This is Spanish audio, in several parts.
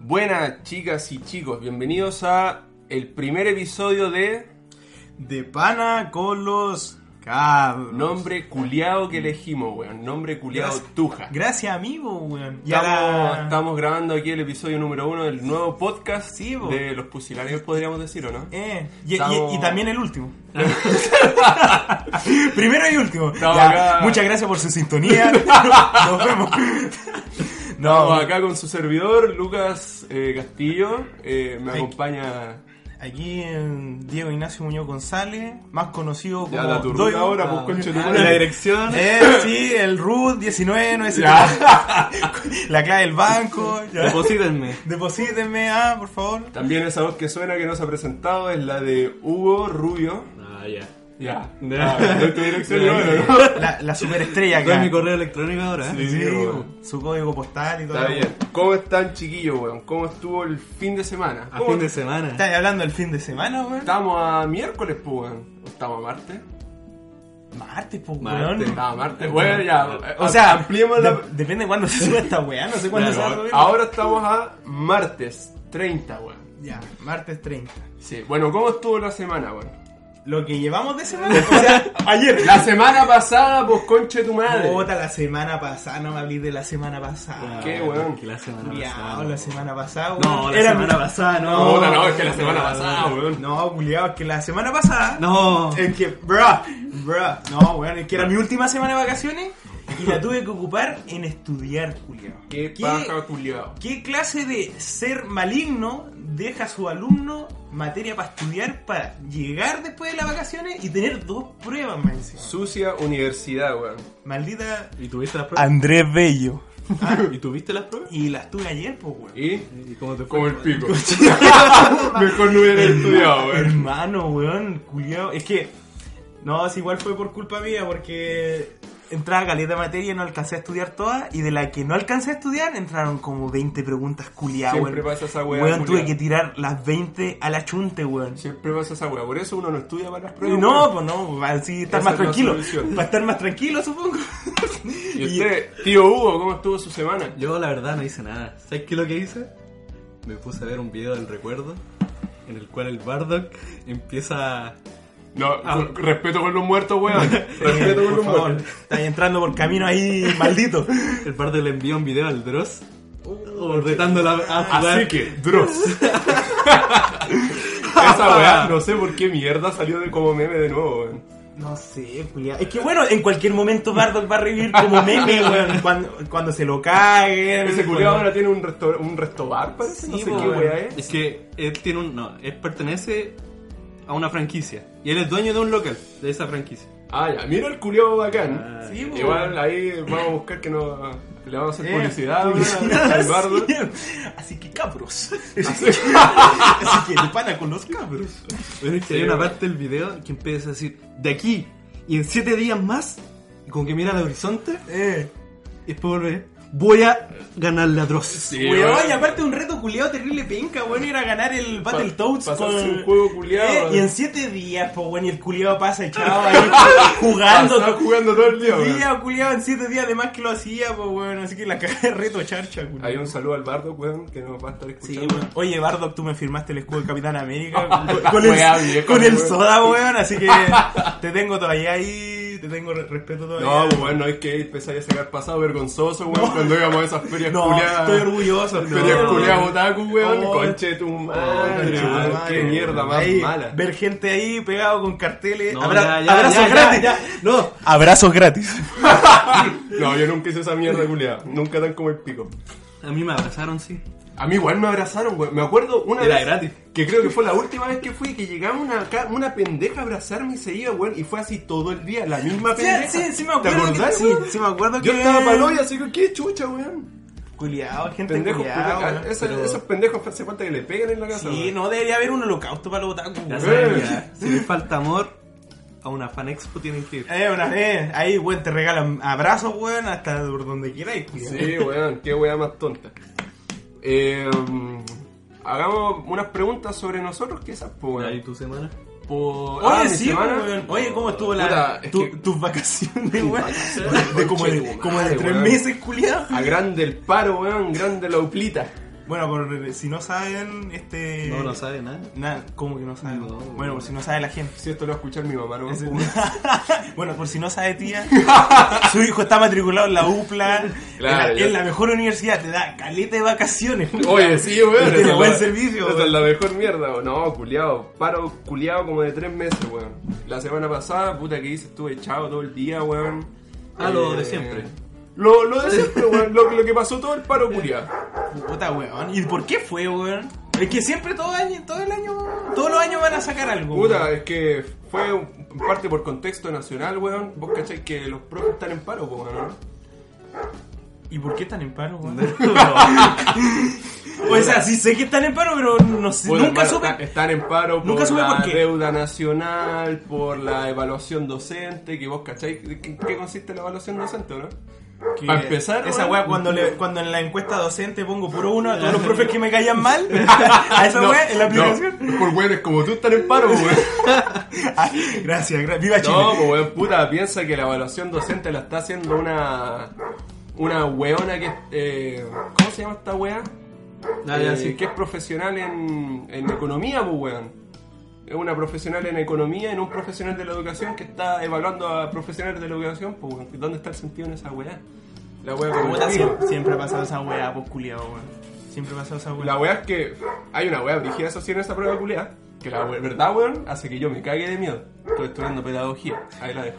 Buenas chicas y chicos, bienvenidos a el primer episodio de De pana con los cabros. Nombre Culeado que elegimos, weón. Nombre Culeado Gracias. Tuja. Gracias, amigo, weón. Y Estamos, ahora- estamos grabando aquí el episodio número uno del nuevo podcast Sí, bo. de los pusilánimos, podríamos decir, ¿o no? Eh, y, y- Estamos- y también el último. Primero y último. Estamos Ya, acá. Muchas gracias por su sintonía. Nos vemos. No, Estamos acá con su servidor, Lucas eh, Castillo. Eh, me Ay. acompaña aquí en Diego Ignacio Muñoz González, más conocido como ya la turbina Doy- ahora, Ah. pues conche tu Ah, madre. la dirección. Eh, sí, el RUT 1997. La clave del banco. ya. Deposítenme. Deposítenme, ah, por favor. También esa voz que suena que nos ha presentado es la de Hugo Rubio. Ah, ya. Ya. Ah, Ya. no es tu dirección, Ya. bueno, ¿no? La, la superestrella Doy acá. mi correo electrónico ahora. ¿eh? Sí, Sí, weón. weón. su código postal y todo. Está bien. ¿Cómo están, chiquillos, weón? ¿Cómo estuvo el fin de semana? A ¿Cómo- fin de semana. ¿Estás hablando del fin de semana, weón? Estamos a miércoles, pues, weón. ¿O Estamos a martes. Martes, pues, Martes. weón. Estamos a martes. Bueno, ya. eh, O sea, ampliemos de- la. depende de cuándo se suba esta weá, no sé cuándo se va a subir. Ahora estamos a martes 30, weón. Ya, martes 30. Sí. Bueno, ¿cómo estuvo la semana, weón? Lo que llevamos de semana, o sea, ayer. La semana pasada, pues, conche tu madre. Puta, la semana pasada, no me hablé de la semana pasada. Ah, qué weón. Que la semana Culiao, pasada. la semana pasada, weón. No, la Era- semana pasada, no. Puta, no, es que la semana pasada, weón. No, culiao, es que la semana pasada. No. Eh. Es que, bruh, bruh. No, weón, es que era mi última semana de vacaciones y la tuve que ocupar en estudiar, culiao. Qué paja, culiao. ¿Qué clase de ser maligno deja a su alumno materia para estudiar para llegar después de las vacaciones y tener dos pruebas más encima? Sucia universidad, weón. Maldita ¿Y tuviste las Ah. pruebas? Andrés Bello. ¿Y tuviste las pruebas? Y las tuve ayer, pues, weón. ¿Y? ¿Y cómo te fue? Como el pico. Mejor no hubiera estudiado, weón. Hermano, weón, culiao. Es que, no, si igual fue por culpa mía porque entraba caleta de materia y no alcancé a estudiar todas. Y de la que no alcancé a estudiar entraron como 20 preguntas culiao, Siempre weón. pasa esa weá, Weón, tuve culiao. que tirar las 20 a la chunte, weón. Siempre pasa esa weá. Por eso uno no estudia para las pruebas. No, weón. pues no, así estar Esa más es la tranquilo. solución. Para estar más tranquilo, supongo. eh, ¿Y usted, tío Hugo, cómo estuvo su semana? Yo, la verdad, no hice nada. ¿Sabes qué es lo que hice? Me puse a ver un video del recuerdo en el cual el Bardock empieza. No, Ah. con- respeto con los muertos, weón. Respeto con por los favor, muertos. estás entrando por camino ahí, maldito. El Bardock le envía un video al Dross. o retándola a jugar. Oh, Así que, Dross. Esa weá, no sé por qué mierda salió de como meme de nuevo, weón. No sé, Julián. Es que bueno, en cualquier momento Bardock va a revivir como meme, weón. Cuando, cuando se lo Eh, caguen. Ese cuando- culiado ahora tiene un, resto, un restobar, parece. no Sí, sé po, qué weón. weá es. Es que él tiene un. No, él pertenece a una franquicia. Y él es dueño de un local de esa franquicia. Ah, ya, mira el culiado bacán. Ah, Sí, po, Igual weón. ahí vamos a buscar que no. Le vamos a hacer Eh, publicidad, weón, publicidad, al bardo. sí. Así que cabros. Así que, así que de pana con los cabros. Bueno, es Sí, que hay una bueno. parte del video que empieza a decir, de aquí, y en siete días más, y como que mira al horizonte, Eh. y después vuelve, voy a ganar la Dross. Sí, Weón, weón. y aparte un reto culiado terrible penca, weón, era ganar el Battletoads Eh, pasarse un juego culiao, weón. y en 7 días, pues, weón, y el culiado pasa echado ahí jugando. Pasaba jugando todo el día, todo el weón. día, culiado, en 7 días, además que lo hacía, pues, weón, así que la cagada de reto charcha, culiao. Hay un saludo al bardo, weón, que nos va a estar Sí, escuchando. weón. Oye, Bardock, tú me firmaste el escudo de Capitán América con- con el, Weá, viejo, con el weón. soda, weón, así que te tengo todavía ahí, te tengo re- respeto No, todavía. pues, bueno, es que empezar a sacar pasado vergonzoso, weón, cuando íbamos a esas ferias culiadas. estoy orgulloso. Ferias no. culiadas otaku, weón. Oh, conche tu madre, Madre, weón, madre, Qué weón. mierda más Ahí, mala. Ver gente ahí pegado con carteles. No, Abra- ya, ya, abrazos ya, gratis. ya, No, Abrazos gratis. No, yo nunca hice esa mierda culiada. Nunca tan como el pico. a mí me abrazaron, sí. A mí igual me abrazaron, weón. Me acuerdo una Era vez. gratis. Que creo que fue la última vez que fui, que llegaba una, ca- una pendeja a abrazarme y se iba, weón. Y fue así todo el día, la misma Sí, pendeja. sí, sí me ¿Te acuerdo. que- acordás, sí, weón? sí me acuerdo Yo que- estaba paloya, así que qué chucha, weón. Culeado, gente Pendejos culiao, culiao. weón. Esa- pero- Esos pendejos hace falta que le peguen en la casa. Sí, weón. no debería haber un holocausto para los otaku. Ya weón. saben, ya. Si les falta amor, a una fan expo tienen que ir. Eh, una vez, ahí, weón, te regalan abrazos, weón, hasta por donde quieras. Sí, weón, qué weá más tonta. Eh, hagamos unas preguntas sobre nosotros, que esas, po, weón. Ahí tu semana. Po- ah, Oye, mi sí, pues, semana. weón. Oye, ¿cómo estuvo Puta, la, es tu- que- tus vacaciones, weón? vacaciones, De como conche de, tu como de madre, tres weón. meses, culiado. A grande el paro, weón, grande la uplita. Bueno, por, si no saben, este... No, no sabe nada. Nada, ¿cómo que no saben? No, bueno, por si no sabe la gente. Si esto lo va a escuchar mi mamá, no Ese- Como- bueno, por si no sabe, tía, su hijo está matriculado en la UPLA, Claro, en, la, ya. en la mejor universidad, te da caleta de vacaciones. Oye, sí, weón. esa Tiene es Este buen la- servicio, Esa weón. es la mejor mierda, weón. No, culiado. Paro culiado como de tres meses, weón. La semana pasada, puta que hice, estuve echado todo el día, weón. Eh, Ah, lo de siempre. Lo, lo de siempre, weón. Lo, lo que pasó todo el paro culiado. Puta, weón. ¿Y por qué fue, weón? Es que siempre todo, año, todo el año, todos los años van a sacar algo. Puta, weón. es que fue en parte por contexto nacional, weón. Vos cacháis que los profes están en paro, po, weón. ¿Y por qué están en paro, weón? o sea, sí sé que están en paro, pero no sé, Bueno, nunca hermano, supe. está- Están en paro Nunca por supe la por qué. deuda nacional, por la evaluación docente, que vos cacháis de qué, qué consiste la evaluación docente, ¿o ¿no? Que Para empezar, esa weón, weá, cuando, le- cuando en la encuesta docente pongo puro uno a todos los profes que me callan mal, a esa No, weá, en la no, aplicación. por weones como tú están en paro, po, weón. Ah, gracias, gracias. Viva Chile. No, po, weón, puta, piensa que la evaluación docente la está haciendo una. Una weona que. eh, ¿Cómo se llama esta wea? Ah, Eh, ya, sí. que es profesional en, en economía, pues, weón. Es una profesional en economía, en un profesional de la educación que está evaluando a profesionales de la educación, pues, weón. ¿Dónde está el sentido en esa weá? La weá como Puta, el siem- tiro. siempre, ha pasado esa weá, pues culiao, weón. Siempre ha pasado esa weá. La weá es que hay una weá brigida eso sí en esa prueba culiada, que la we- verdad, weón, hace que yo me cague de miedo. Estoy estudiando pedagogía, ahí la dejo.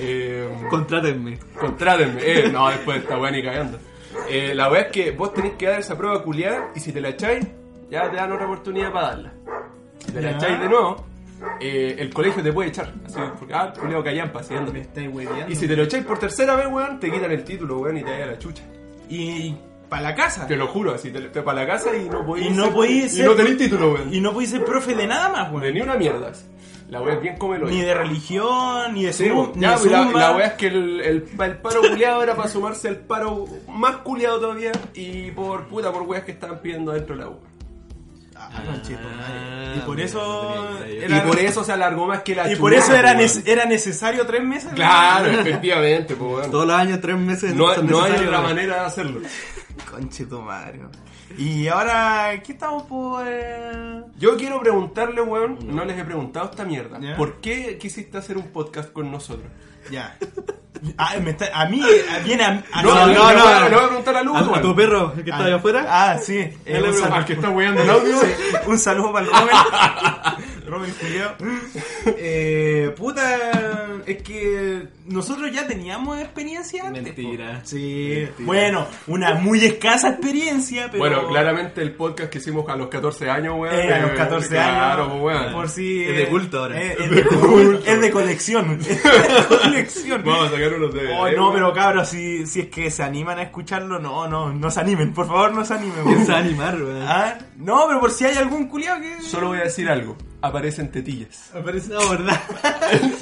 Eh, Contrátenme. Contrátenme. Eh, no, después está weá ni cagando. Eh, la weá es que vos tenés que dar esa prueba culiada y si te la echáis, ya te dan otra oportunidad para darla. Si te la Ya. echáis de nuevo, eh, el colegio te puede echar. Así, porque, ah, culiado callampa, así Me ándate. estáis hueveando. Y si te lo echáis por tercera vez, weón, te quitan el título, weón, y te da la chucha. Y para la casa. Te lo juro, así te, te para la casa y no podís. Y no ser- podís Y ser- no tenés título, weón. Y no podéis ser profe de nada más, De weón. ni una mierda. así. La weá es bien come Ni de religión, ni de Sí, sum- pues, ni ya, de pues, la, zumba. la weá es que el, el- el paro culiado era para sumarse al paro más culiado todavía y por puta, por weas que estaban pidiendo dentro de la U. Ah, conchetumadre. Ah, Y por mira, eso. no tenía idea. Y era- por eso se alargó más que la y por eso chucha, era, po, nes- weón. era necesario tres meses. weón. Claro, efectivamente, po, weón. Todos los años, tres meses. No, son no hay necesarios. otra manera de hacerlo. Conchetumadre, weón. Y ahora, ¿qué estamos por.? eh? Yo quiero preguntarle, weón, no, les he preguntado esta mierda. ¿Ya? ¿Por qué quisiste hacer un podcast con nosotros? Ya. Ah, me está- a mí a- viene a, a- No, a- no, le no, voy a- no. le voy a preguntar a Luz, A, a tu weón. perro que está allá afuera. Ah, sí. Eh, Dale, un, weón, saludo, Al que está weando el audio. un saludo para el Robert. Robert Julio. Eh, puta, es que nosotros ya teníamos experiencia antes. Mentira. po. Sí. Mentira. Bueno, una muy escasa experiencia, pero. Bueno, claramente el podcast que hicimos a los 14 años, weón. Eh, a los eh, 14 claro, años. po, weón. Por si. Es de culto ahora. eh, es, de culto, es de colección. Es de colección. Vamos a eh, sacar unos de. Oh, no, pero cabros, si, si es que se animan a escucharlo, no, no, no se animen, por favor, no se animen. weón. Piensa animar, weón. Ah, No, pero por si hay algún culiao que. Solo voy a decir algo. Aparecen tetillas. Aparece una verdad.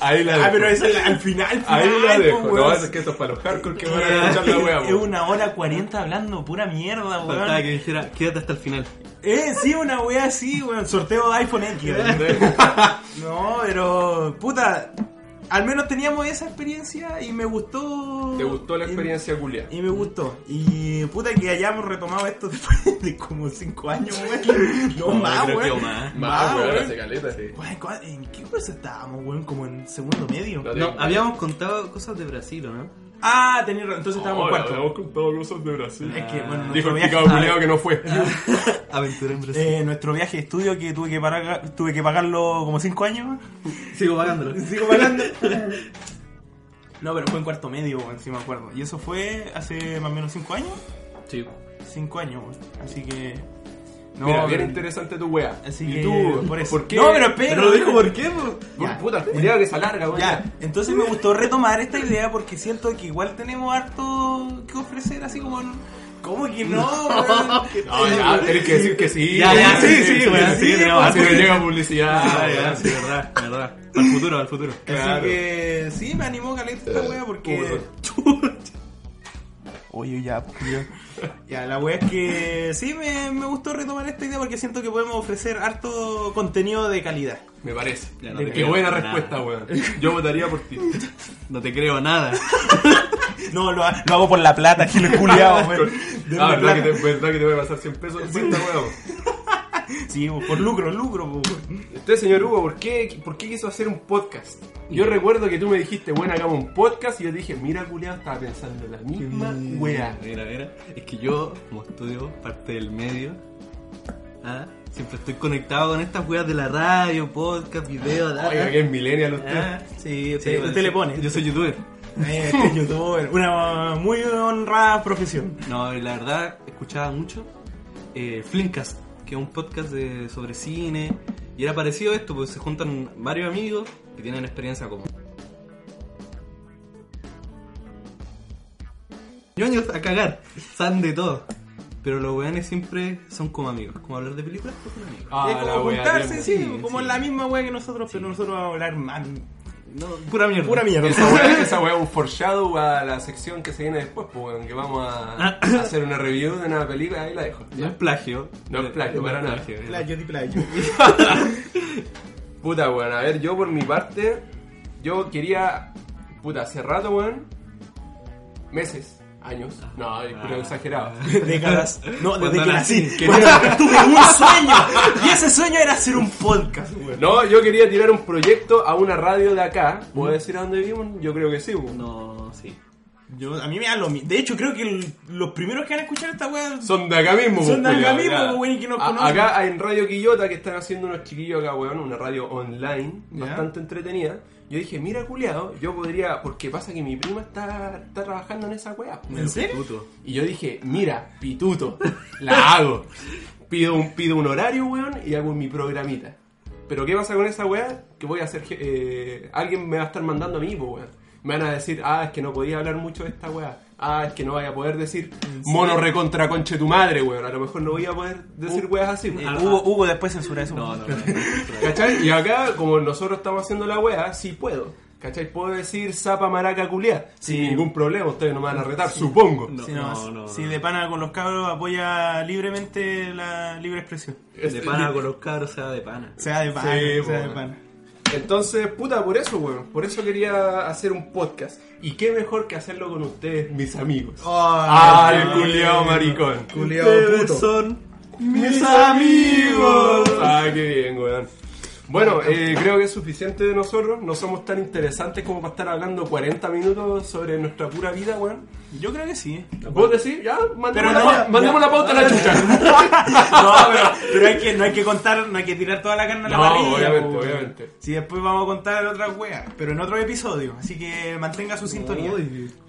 Ahí la Ah, pero eso es la- al final. Ahí final, la po, dejo. weón. No, es que esto es para los hardcore que van a escuchar la pues. wea, Es po. una hora cuarenta hablando pura mierda, Faltaba que weón. dijera, quédate hasta el final. Eh, sí, una wea así, weón. Sorteo de iPhone X. weón. No, pero. Puta. Al menos teníamos esa experiencia y me gustó. ¿Te gustó la Y- experiencia culia? Y me gustó. Y puta que hayamos retomado esto después de como 5 años, weón. No, No, más, creo que weón. más. Más, weón, weón. hace caleta. Sí. Weón, ¿cu- ¿En qué curso estábamos, weón? Como en segundo medio. No, No, habíamos contado cosas de Brasil, ¿o no? Ah, tenés razón. Entonces estábamos en cuarto. Habíamos contado cosas de Brasil. Es que, bueno, Dijo nuestro el viaje, picado culiao que no fue. Aventura en Brasil. eh, nuestro viaje de estudio que tuve que, pagar, tuve que pagarlo como 5 años. Eh, Sigo pagándolo. Sigo pagando. No, pero fue en cuarto medio, weón, si me acuerdo. Y eso fue hace más o menos 5 años. Sí. 5 años, weón. Así que. No, Mira, bien pero- interesante tu wea. Así y que, tú, por eso. qué? No, pero espera. Pero lo dijo por qué, po. Por Ya. puta, culiao que se alarga, weón. Ya, entonces me gustó retomar esta idea porque siento que igual tenemos harto que ofrecer, así como en- ¿Cómo que no, weón? No, ya, tenés que decir que sí. Ya, ya, sí, sí, Tenés que bueno, decir sí, tenemos Así que- que llega publicidad. Ah, weón. ya, sí, verdad, verdad. Al futuro, al futuro. Claro. Así que sí, me animó caleta esta wea porque. Oye, ya, pues, ya. Ya, la wea es que sí, me, me gustó retomar esta idea porque siento que podemos ofrecer harto contenido de calidad. Me parece. Ya, no Qué te creo buena nada. respuesta, weón. Yo votaría por ti. No te creo nada. No, lo, ha- lo hago por la plata, que lo he culiado, weón. ah, Denme verdad que, plata. te, verdad que te voy a pasar 100 pesos. Cuenta, weón. Sí, pues, por lucro, lucro, pues, weón. Usted, señor Hugo, ¿por qué, ¿por qué quiso hacer un podcast? Yo recuerdo que tú me dijiste, bueno, hagamos un podcast, y yo dije, mira, culiado, estaba pensando la misma wea. Mira, mira. Es que yo, como estudio parte del medio, ah, siempre estoy conectado con estas weas de la radio, podcast, video, da, Oiga, da. que es millennial usted. Ah, sí, usted- usted le pone. Yo soy youtuber. Eh, Este youtuber, una muy honrada profesión. No, y la verdad, escuchaba mucho eh, Flimcast, que es un podcast de- sobre cine. Y era parecido a esto, porque se juntan varios amigos que tienen experiencia como. ñoños a cagar, san de todo. Pero los weones siempre son como amigos, como hablar de películas, pues son amigos. Ah, es como la wea, juntarse, bien. sí, Sí, como sí. la misma wea que nosotros, pero nosotros vamos a hablar más. No, pura mierda. Pura mierda. Esa weá, esa weá es un foreshadow a la sección que se viene después, pues, weón, que vamos a, a hacer una review de una película, ahí la dejo. No es plagio. No es plagio, para nada. es Playo, di playo. Puta, weón, a ver, yo por mi parte, yo quería, puta, hace rato, weón, meses, años, no, Ah. pero exagerado. Décadas. No, Cuando desde que nací, nací. que- Cuando tuve un sueño. Y ese sueño era hacer un podcast, güey. No, yo quería tirar un proyecto a una radio de acá. ¿Puedo Mm. decir a dónde vivimos? Yo creo que sí, weón. No, sí. Yo, a mí me da lo mismo. De hecho, creo que el- los primeros que van a escuchar esta weá. Son de acá mismo, Son de pues, acá culiao, ya. mismo, güey, que nos A- conocen. Acá en Radio Quillota que están haciendo unos chiquillos acá, weón, una radio online, Ya. bastante entretenida. Yo dije, mira, culiado, yo podría, porque pasa que mi prima está, está trabajando en esa weá. ¿En serio? Puto. Y yo dije, mira, pituto, la hago. Pido un, pido un horario, weón, y hago mi programita. Pero ¿qué pasa con esa weá? Que voy a hacer... je- eh, alguien me va a estar mandando a mí, pues, weón. Me van a decir, ah, es que no podía hablar mucho de esta weá. Ah, es que no vaya a poder decir mono recontra conche tu madre, weón. A lo mejor no voy a poder decir weas así. Eh, weón. Hugo, Hugo después censura eso. No, no, no. ¿Cachai? Y acá, como nosotros estamos haciendo la wea, sí puedo. ¿Cachai? Puedo decir zapa maraca culiá. Sin Sí. ningún problema, ustedes no me van a retar, supongo. No, si, no, no, no, si no. de pana con los cabros apoya libremente la libre expresión. De pana con los cabros, o sea, de pana. Sea de pana, Sí, sea de bueno. pana. Entonces, puta, por eso, weón. Por eso quería hacer un podcast. Y qué mejor que hacerlo con ustedes, mis amigos. ah, el culiao maricón. Culiao puto. son mis amigos. Ah, qué bien, weón. Bueno, eh, creo que es suficiente de nosotros. No somos tan interesantes como para estar hablando 40 minutos sobre nuestra pura vida, weón. Yo creo que sí. ¿Vos decís? Ya, mandemos, Pero la, no, pa- ya- mandemos la pauta a la chucha. No, pero, pero hay que, no hay que contar, no hay que tirar toda la carne a la No, parrilla. obviamente, po, weón. obviamente. Si después vamos a contar otras weas, pero en otro episodio. Así que mantenga su sintonía.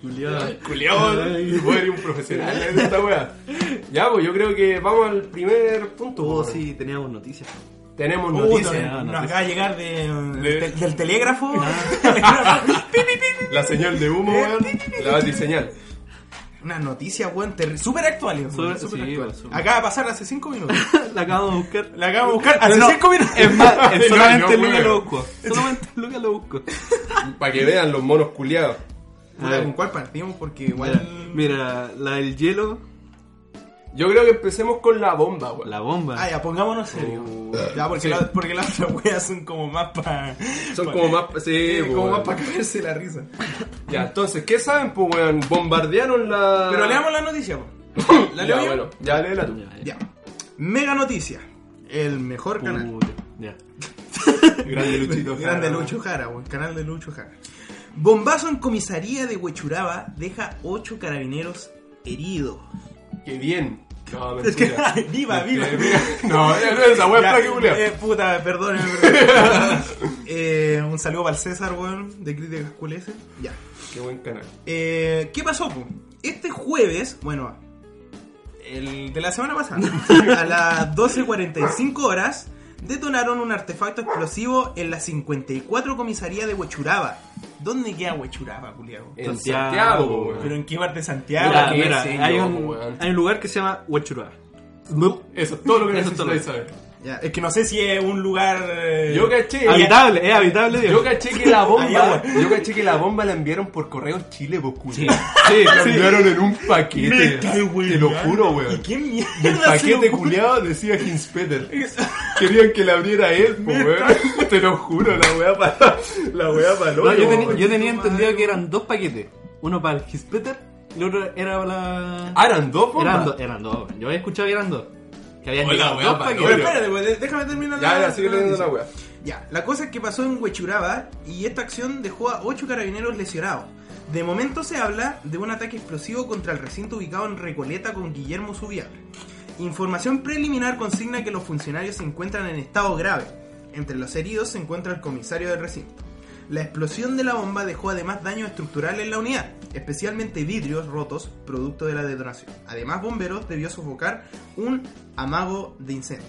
Julián. Culiao, voy a ir un profesional en esta weá. Ya, pues yo creo que vamos al primer punto. Oh, weón. sí, teníamos noticias. Tenemos Puta, noticias. no, nos no, acaba de llegar de- De- del- del telégrafo. Ah. Telégrafo. Pi, pi, pi, La señal de humo, weón. Eh, La batiseñal. pi. Una noticia, weón, terri- súper actual. Súper- sí, actual. súper. Acaba de pasar hace 5 minutos. La acabo de buscar. La Ah, acabo de buscar hace 5 minutos. Es más, en No, no, solamente Luca weón. lo busco. Solamente Luca lo busco. Para que vean los monos culiados. Puta, ¿Con cuál partimos? Porque Mira, igual. mira, la del hielo, Yo creo que empecemos con la bomba, weón. la bomba. Ah, ya, pongámonos Oh. serio. Ya, porque, la- porque las otras weas son como más para. Son como más. Sí, pues, Sí, Eh, como weón. Ah. más para cagarse la risa. Ya, entonces, ¿qué saben, pues, weón? Bombardearon la. Pero leamos la noticia, po. ¿La ya, leo yo? bueno, ya léela tú. Ya, Ya. Mega noticia. El mejor canal. Puta, ya. Grande Luchito. Grande Lucho Jara, o el canal de Lucho Jara. Bombazo en comisaría de Huechuraba deja 8 carabineros heridos. Qué bien. No, mentira. viva, viva. Eh, mira, no, ya, no, esa weá es Ya, placa, culiao. eh, puta, perdón. perdón. Eh, un saludo para el César, weón, de Críticas Culeses. Ya. Qué buen canal. Eh, ¿Qué pasó? po? Este jueves, bueno, el de la semana pasada, a las 12.45 horas, detonaron un artefacto explosivo en la 54 comisaría de Huechuraba. ¿Dónde queda Huechuraba, culiao? En Santiago, Santiago, po, weón. ¿Pero en qué parte de Mira, Santiago? Ahora que mira, sé hay, yo, un, weón. hay un lugar que se llama Huechuraba. Eso es todo lo que Eso es todo lo que- necesitáis saber. Ya, es que no sé si es un lugar... eh, Yo caché. eh, Habitable, es habitable. Diego. Yo caché que la Había, bomba. yo caché que la bomba la enviaron por correo a Chile, pues, culiao. Sí, sí, La sí. enviaron en un Me paquete. cae, weón. Te lo juro, ¿Y weón. qué Y el mierda paquete se le culiado decía Hinspeter. Querían que la abriera él, po, weón. Te lo juro, la weá para. La weá para No, yo, teni- yo tenía entendido que eran dos paquetes. Uno para el Hispeter y el otro era para la... ¿Aran Ah, dos bombas? eran dos, eran dos. Yo había escuchado que eran dos. Que habían Hola, llegado weá, dos palo. Pero paquetes. espérate, pues, de- déjame terminar Ya, la- ya, sigue leyendo noticia. la weá. Ya, la cosa es que pasó en Huechuraba y esta acción dejó a 8 carabineros lesionados. De momento se habla de un ataque explosivo contra el recinto ubicado en Recoleta con Guillermo Subial. Información preliminar consigna que los funcionarios se encuentran en estado grave. Entre los heridos se encuentra el comisario del recinto. La explosión de la bomba dejó además daño estructural en la unidad, especialmente vidrios rotos producto de la detonación. Además, bomberos debió sofocar un amago de incendio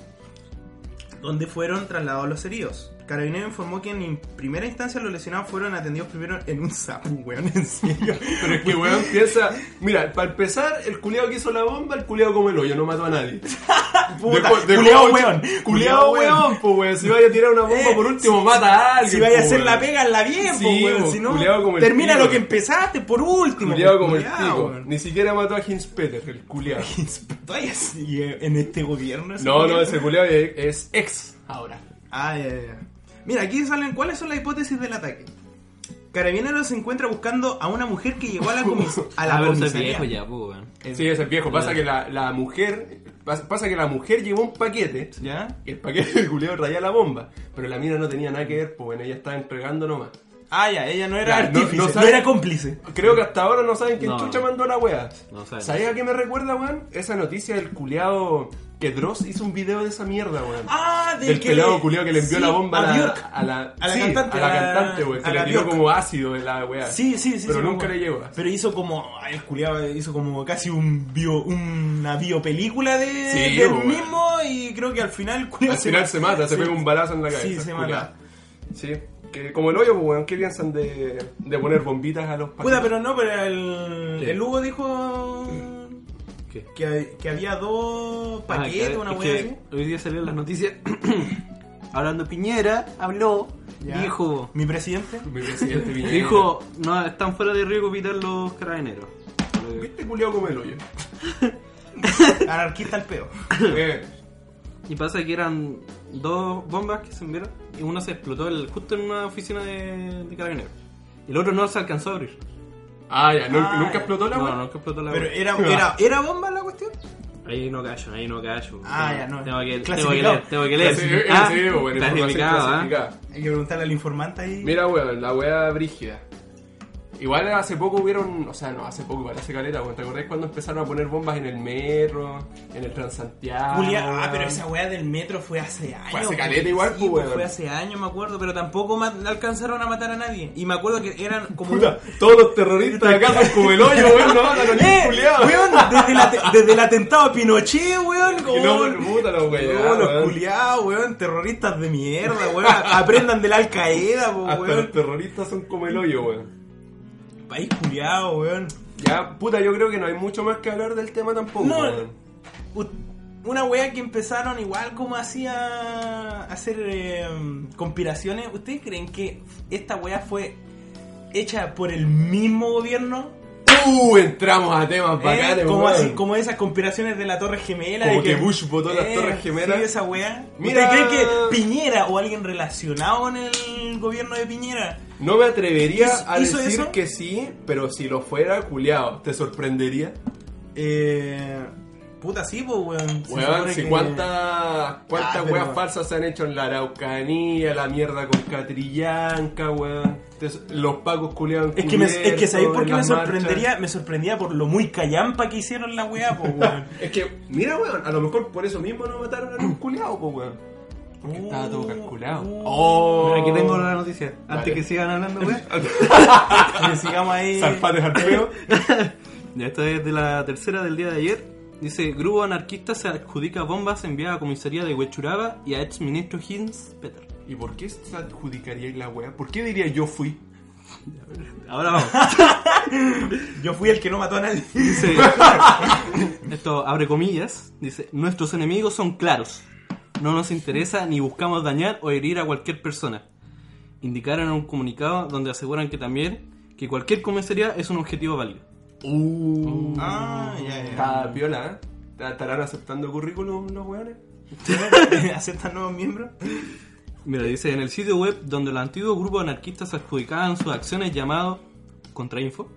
donde fueron trasladados los heridos. Carabinero informó que en primera instancia los lesionados fueron atendidos primero en un sapo, weón, en serio. Pero es que weón piensa. Mira, para empezar, el culiado que hizo la bomba, el culiado como el hoyo, no mató a nadie. Puta, Dejo- dejó- culiao weón. Culiado Culiao weón, pues weón. Si vaya a tirar una bomba Eh, por último, mata a alguien. Si vaya a po, hacer weón. la pega, hazla bien, Sí, po, weón. po, Si no, culiao como el termina pico. lo que empezaste, por último. Culiado po, como el pues, culiao, pico. weón. Ni siquiera mató a Hinspeter, el culiado. Todavía sigue en este gobierno. ese No, no, gobierno. ese culiado es ex ahora. Ah, ya, ya, ya. Mira, aquí salen cuáles son las hipótesis del ataque. Carabineros se encuentra buscando a una mujer que llegó a la, comis a la Ah, pero ese comisaría. viejo ya, pues, weón. Sí, ese es viejo. Pasa que la, la mujer. Pasa, pasa que la mujer llevó un paquete. ¿Ya? Y el paquete del culiado traía la bomba. Pero la mina no tenía nada que ver, pues ella estaba entregando nomás. Ah, ya, ella no era Ya, no- artífice, no no, sabe- era cómplice. Creo que hasta ahora no saben quién No. chucha mandó la wea. No saben. ¿Sabes a qué me recuerda, weón? Esa noticia del culiado que Dross hizo un video de esa mierda, weón. Ah, del pelado culiado que le envió sí, la bomba a a la, Bjork. a la, A la sí, cantante, a la a- cantante, weón. Que a le la tiró Bjork. como ácido en la wea. Sí, sí, sí. Pero sí, nunca me le acuerdo. llegó. Pero hizo como. ay, El culiado hizo como casi un bio, una biopelícula de, Sí, del weón. mismo y creo que al final el culiao Al final se mata, se sí. pega un balazo en la cabeza. Sí, se culiao. mata. Sí. Que como el hoyo, pues, weón, ¿qué piensan de, de poner bombitas a los Puta, partidos? pero no, pero el, ¿Qué? el Hugo dijo ¿Qué? que, que había dos Ah, paquetes, que- una Ah, es wea que así. Hoy día salió en las noticias. Hablando Piñera, habló, Ya. dijo... Mi presidente. Mi presidente Piñera. Dijo, no, están fuera de riesgo vital los carabineros. ¿Viste culiado como el hoyo? Anarquista al peo. Eh, Y pasa que eran dos bombas que se enviaron y una se explotó el- justo en una oficina de, de carabineros. Y el otro no se alcanzó a abrir. Ah, ya, ¿no- Ah, ¿nunca ya. explotó la no, wea? no, que explotó la Pero bomba. era, era, era bomba la cuestión. Ahí no callo, ahí no callo. Ah, Tengo- ya, no. Tengo que, tengo que Clasificado. leer, tengo que leer. Sí, eh, Ah, sí, bueno, clasificado, información ¿ah? clasificada. Hay que preguntarle al informante ahí. Mira, weón, la weá brígida. Igual hace poco hubieron, o sea, no, hace poco, igual hace caleta, weón. ¿Te acordás cuando empezaron a poner bombas en el metro, en el Transantiago? Julia- ah, weón? pero esa weá del metro fue hace años. hace pues. caleta igual, Sí, pues, pues, weón. Fue hace años, me acuerdo, pero tampoco ma- alcanzaron a matar a nadie. Y me acuerdo que eran como. Puta, todos los terroristas de acá son como el hoyo, weón, no matan a ¡Eh! ningún culiado. Weón, desde, el ate- desde el atentado a Pinochet, weón. Y no, como- puta la weá, No, los weón. culiados, weón, terroristas de mierda, weón. Aprendan de la Al Qaeda, po, Hasta los weón. terroristas son como el hoyo, weón. País culiado, weón. Ya, puta, yo creo que no hay mucho más que hablar del tema tampoco, No. weón. U- Una wea que empezaron igual como hacía hacer eh, conspiraciones. ¿Ustedes creen que esta wea fue hecha por el mismo gobierno? Uh, entramos a temas ¿Eh? bacanes, como, weón. así, como esas conspiraciones de la Torre Gemela. Como de Eh, que Bush votó las Torres Gemelas. sí, esa wea. Mira- ¿Ustedes creen que Piñera o alguien relacionado con el gobierno de Piñera? No me atrevería ¿Hizo- a hizo decir eso? que sí, pero si lo fuera, culiado, ¿te sorprendería? Eh, puta, sí, pues weón. Se Weón, supone si que- cuántas cuántas Ah, pero- weas falsas se han hecho en la Araucanía, la mierda con Catrillanca, weón. Te- Los pacos culiados Es que, me, es que ¿sabéis por en qué me las sorprendería? Me sorprendía por lo muy callampa que hicieron la weá, pues weón. marchas. Es que, mira, weón, a lo mejor por eso mismo no mataron a los culiados, po, weón. Porque estaba todo calculado. Uh, Oh, Mira, aquí tengo la noticia. Antes Vale. que sigan hablando, pues. weón. Que sigamos ahí. Zarpates al peo. Ya, Esta es de la tercera del día de ayer. Dice, grupo anarquista se adjudica bombas enviadas a comisaría de Huechuraba y a ex ministro Hinz Peter. ¿Y por qué se adjudicaría la wea? ¿Por qué diría yo fui? Ahora vamos. Yo fui el que no mató a nadie. Dice, esto abre comillas, dice, nuestros enemigos son claros. No nos interesa ni buscamos dañar o herir a cualquier persona. Indicaron en un comunicado donde aseguran que también que cualquier comisaría es un objetivo válido. Ah, ya, ya. Uh. Está piola, ¿eh? ¿Te- ¿Estarán aceptando currículum los weones? ¿Aceptan nuevos miembros? Mira, dice, en el sitio web donde los antiguos grupos anarquistas adjudicaban sus acciones llamado Contrainfo,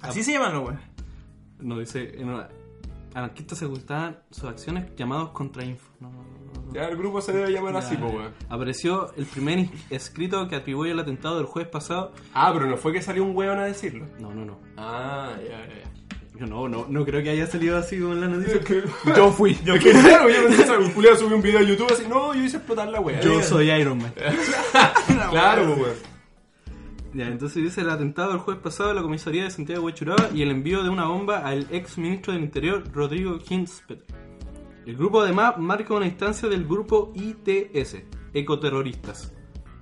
Así se llaman los weones. no dice, en una- anarquistas adjudicaban sus acciones llamados Contrainfo. No, no, no, no. Ya el grupo se debe llamar así, pues weón. Apareció el primer in- escrito que atribuye el atentado del jueves pasado. Ah, pero no fue que salió un weón a decirlo. No, no, no. Ah, ya, ya, ya. Yo no, no, no creo que haya salido así como en la noticia. Yo fui. Yo que claro, yo pensé, un culiao subió un video a YouTube así, no, yo hice explotar la wea. Yo soy Iron Man. Claro, pues, weón. Ya, entonces dice el atentado del jueves pasado a la comisaría de Santiago de Huechuraba y el envío de una bomba al ex ministro del Interior, Rodrigo Hinspeter. El grupo además marca una instancia del grupo ITS, ecoterroristas.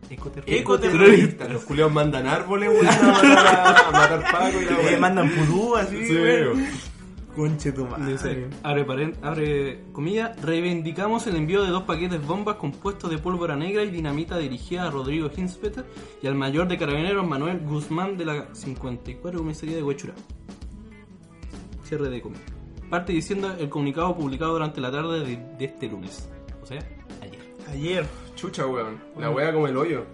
Ecoterroristas. Ecoterroristas. Los culiados mandan árboles, weón, a matar, a matar pago y la Le wea. Eh, mandan pudú así, Sí, weón. weón. Conche tu madre. Dice, abre, paren- abre comillas, reivindicamos el envío de dos paquetes bombas compuestos de pólvora negra y dinamita dirigida a Rodrigo Hinspeter y al mayor de carabineros Manuel Guzmán de la 54 Comisaría de Huechura. Cierre de comillas. Parte diciendo el comunicado publicado durante la tarde de, de este lunes. O sea, ayer. Ayer. Chucha, weón. La wea como el hoyo.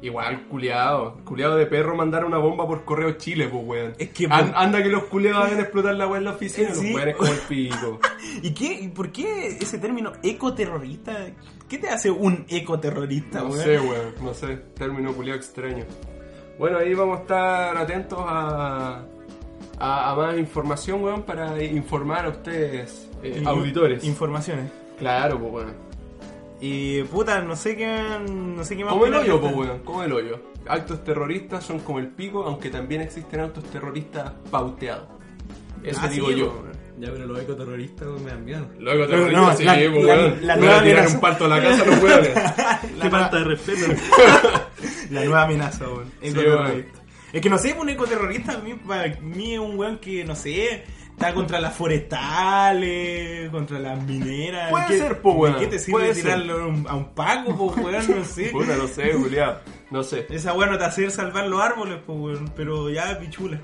Igual, culiado. Culiado de perro mandar una bomba por correo Chile, pues, weón. Es que, An- po- anda que los culiados hagan explotar la wea en la oficina. Sí. Los weones como el pico. ¿Y qué? ¿Y por qué ese término ecoterrorista? ¿Qué te hace un ecoterrorista, No weón? sé, weón. No sé. Término culiado extraño. Bueno, ahí vamos a estar atentos a, a, a más información, weón, para informar a ustedes, eh, Y- auditores. Informaciones. claro, pues, weón. Y puta, no sé qué, no sé qué más. Como el opinar de hoyo, po, esta- weón. Como el hoyo. Actos terroristas son como el pico, aunque también existen actos terroristas pauteados. Eso Ah, sí, digo yo. weón. Ya, pero los ecoterroristas me dan miedo. Luego Pero terroristas, no, sí, la- po, la- weón. la Van nueva a tirar amenaza. un parto a la casa los weones. Qué falta de respeto. La nueva amenaza, weón. weón. Ecoterrorista. es que no sé, pues, un ecoterrorista a mí- para mí es un weón que, no sé, está contra las forestales, contra las mineras. Puede ¿Qué- ser, po, weón. ¿De qué te sirve Puede tirarlo a un- a un paco, po, weón? No sé. Puta, no sé, Julián. No sé. Esa weón no te hace salvar los árboles, po, weón. Pero ya, pichula.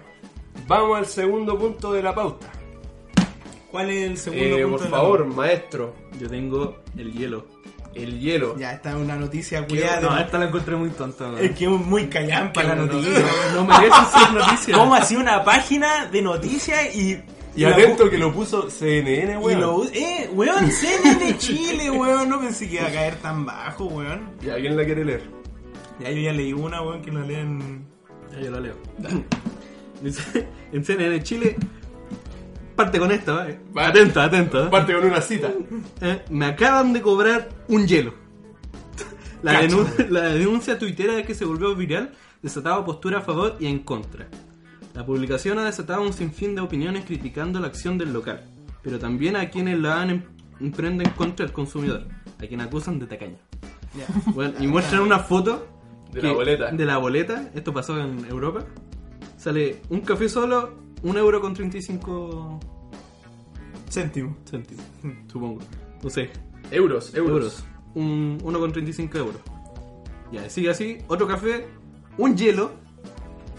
Vamos al segundo punto de la pauta. ¿Cuál es el segundo Eh, punto por de la- favor, maestro. Yo tengo el hielo. El hielo. Ya, esta es una noticia culiada. No, esta la encontré muy tonta. weón. Es que es muy callampa la No, noticia. No, no merecen ser noticias. ¿Cómo hacía una página de noticias y. Y la atento que lo puso CNN, Y weón. lo us- Eh, weón, CNN Chile, weón. No pensé que iba a caer tan bajo, weón. Ya, ¿quién la quiere leer? Ya yo ya leí una, weón, que no leen. Ya, yo la leo. Dice, en CNN Chile, parte con esta, ¿vale? Va. Atento, atento. ¿Ah? ¿eh? Parte con una cita. Eh, me acaban de cobrar un hielo. La, Cacha. denun- la denuncia tuitera de que se volvió viral desataba postura a favor y en contra. La publicación ha desatado un sinfín de opiniones criticando la acción del local, pero también a quienes la han em- emprenden contra el consumidor, a quien acusan de tacaño. Ya. Bueno, y muestran una foto De la boleta. De la boleta, esto pasó en Europa. Sale un café solo, un euro con 35 Céntimo. céntimos, supongo. No sé, Euros, euros. euros. Un, uno con 35 euros. Ya, sigue así, otro café, un hielo,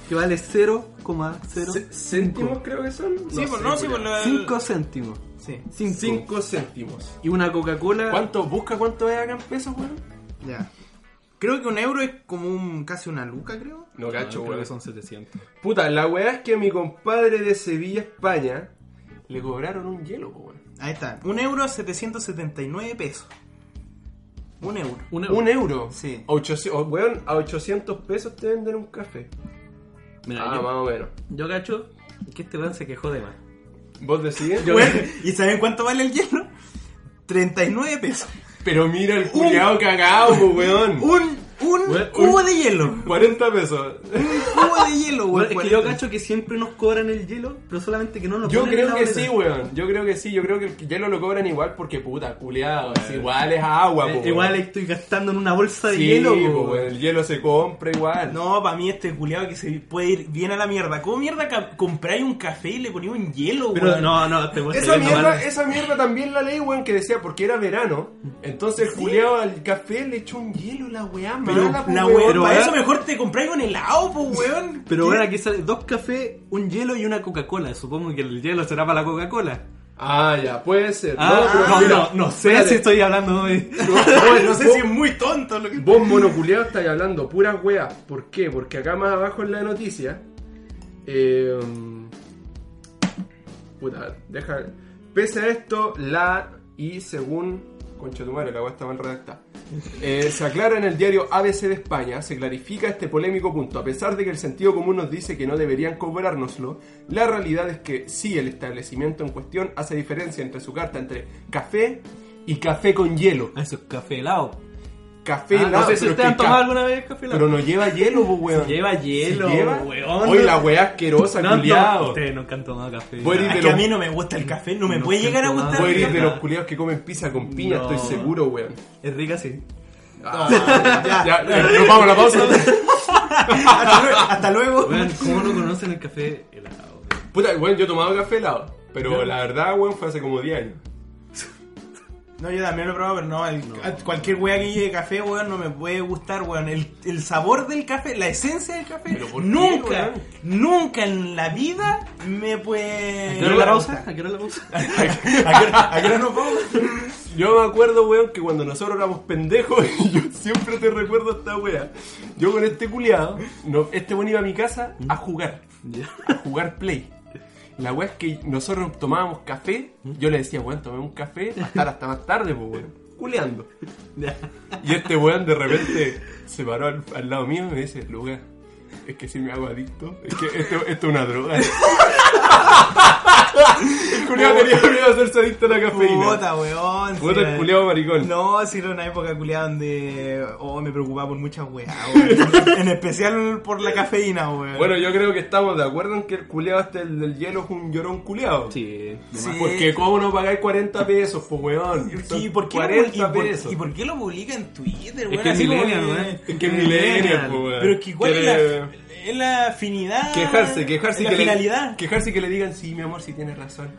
que vale 0,05 C- céntimos creo que son. Sí, pues sé, no, sí, Julián. pues lo. Cinco céntimos. Sí. Cinco. Cinco céntimos. Y una Coca-Cola. ¿Cuánto? Busca cuánto es acá en pesos, weón. Ya. Creo que un euro es como un, casi una luca, creo. No Ah, cacho, creo weón. que son 700. Puta, la weá es que a mi compadre de Sevilla, España, le cobraron un hielo, po, weón. Ahí está. Un euro, 779 pesos. Un euro. Un euro. Un euro. Sí. Ochoci- oh, weón, a 800 pesos te venden un café. Mira, Ah, yo, más o menos. yo cacho que este weón se quejó de más. ¿Vos decís? Weón, ¿Y saben cuánto vale el hielo? 39 pesos. Pero mira el culiado cagado, po, weón. Un Un Weón, cubo un- de hielo. 40 pesos. Un cubo de hielo, Bueno, weón. es que yo cacho que siempre nos cobran el hielo, pero solamente que no nos Yo ponen en creo la Eh, que boleta. sí, weón. Yo creo que sí. Yo creo que el hielo lo cobran igual porque puta, culiado. es igual es agua, po, Eh, weón. Igual estoy gastando en una bolsa de Sí, hielo. po, po. weón, El hielo se compra igual. No, para mí este culiado que se puede ir bien a la mierda. ¿Cómo mierda ca- compráis un café y le ponéis un hielo, Pero weón? no, no, te voy a Esa seguir mierda, nomás. esa mierda también la leí, weón, que decía porque era verano. Entonces el culiao al café le echó un hielo, la weá Pero, mala, po, la weón. weón, pero para ahora- eso mejor te compráis un helado, pues, weón. Pero bueno, aquí sale dos cafés, un hielo y una Coca-Cola. Supongo que el hielo será para la Coca-Cola. Ah, ya, puede ser. Ah, pero no, mira, no, no sé espérate. si estoy hablando hoy. No, Weón, no no sé si es muy tonto lo que... Vos monoculeado estáis hablando puras weas. ¿Por qué? Porque acá más abajo en la noticia. eh, puta, deja. Pese a esto, la y según. Concha tu madre, la wea está mal redactada. Eh, se aclara en el diario ABC de España, se clarifica este polémico punto. A pesar de que el sentido común nos dice que no deberían cobrárnoslo, la realidad es que sí el establecimiento en cuestión hace diferencia entre su carta entre café y café con hielo. Ah, Eso es café helado. Café Ah, helado, no sé si pero ustedes que han tomado ca- alguna vez café helado. pero no lleva hielo, pues, weón. Si lleva hielo, Si lleva. weón. Oye, la weá asquerosa, No han tomado- culiado. Ustedes nunca han tomado café. Voy a ir Es de que a los- mí no me gusta el café, no me No puede siento llegar a nada. gustar Voy a el ir café. de los culiados que comen pizza con piña, No. estoy seguro, weón. Es rica, sí. Ah, ya, ya, ya, nos vamos a la pausa. hasta, lue- hasta luego. Weón, ¿cómo no conocen el café helado? weón? Puta, weón, yo he tomado café helado. Pero la verdad, weón, fue hace como 10 años. No, yo también lo he probado, pero no, el- a- cualquier weá que lleve café, weón, no me puede gustar, weón. El, el sabor del café, la esencia del café, Pero ¿por qué, nunca, weón? nunca en la vida me Eh, puede... ¿A qué hora la pausa? ¿A qué hora la pausa? Ah, ¿A qué hora- a qué hora nos vamos? Yo me acuerdo, weón, que cuando nosotros éramos pendejos, y yo siempre te recuerdo esta weá. Yo con este culiado, no, este weón iba a mi casa a jugar. A jugar play. La weá es que nosotros tomábamos café, yo le decía, weón, tomé un café, a estar hasta más tarde, pues weón. Culeando. Ya. Y este weón de repente se paró al, al lado mío y me dice, Luca, es que si me hago adicto, es que esto, esto es una droga. El culiado tenía miedo a hacerse adicto a la cafeína. Puta, weón. Puta, sí, el weón. culiao maricón. No, sí, era una época culiada donde oh, me preocupaba por muchas weas, weón. En especial por la cafeína, weón. Bueno, yo creo que estamos de acuerdo en que el culeado este el del hielo es un llorón culeado. Sí. Sí. Porque cómo no pagáis 40 pesos, pues weón. ¿Y Son por qué lo- 40 y por- pesos. ¿Y por qué lo publica en Twitter, weón? Es que es Así como millennial, que- weón. Es que es millennial, pues weón. Pero es que cuál es la, le- es la afinidad. Quejarse, quejarse es y la que finalidad. Le, quejarse y que le digan, sí, mi amor, sí tienes razón.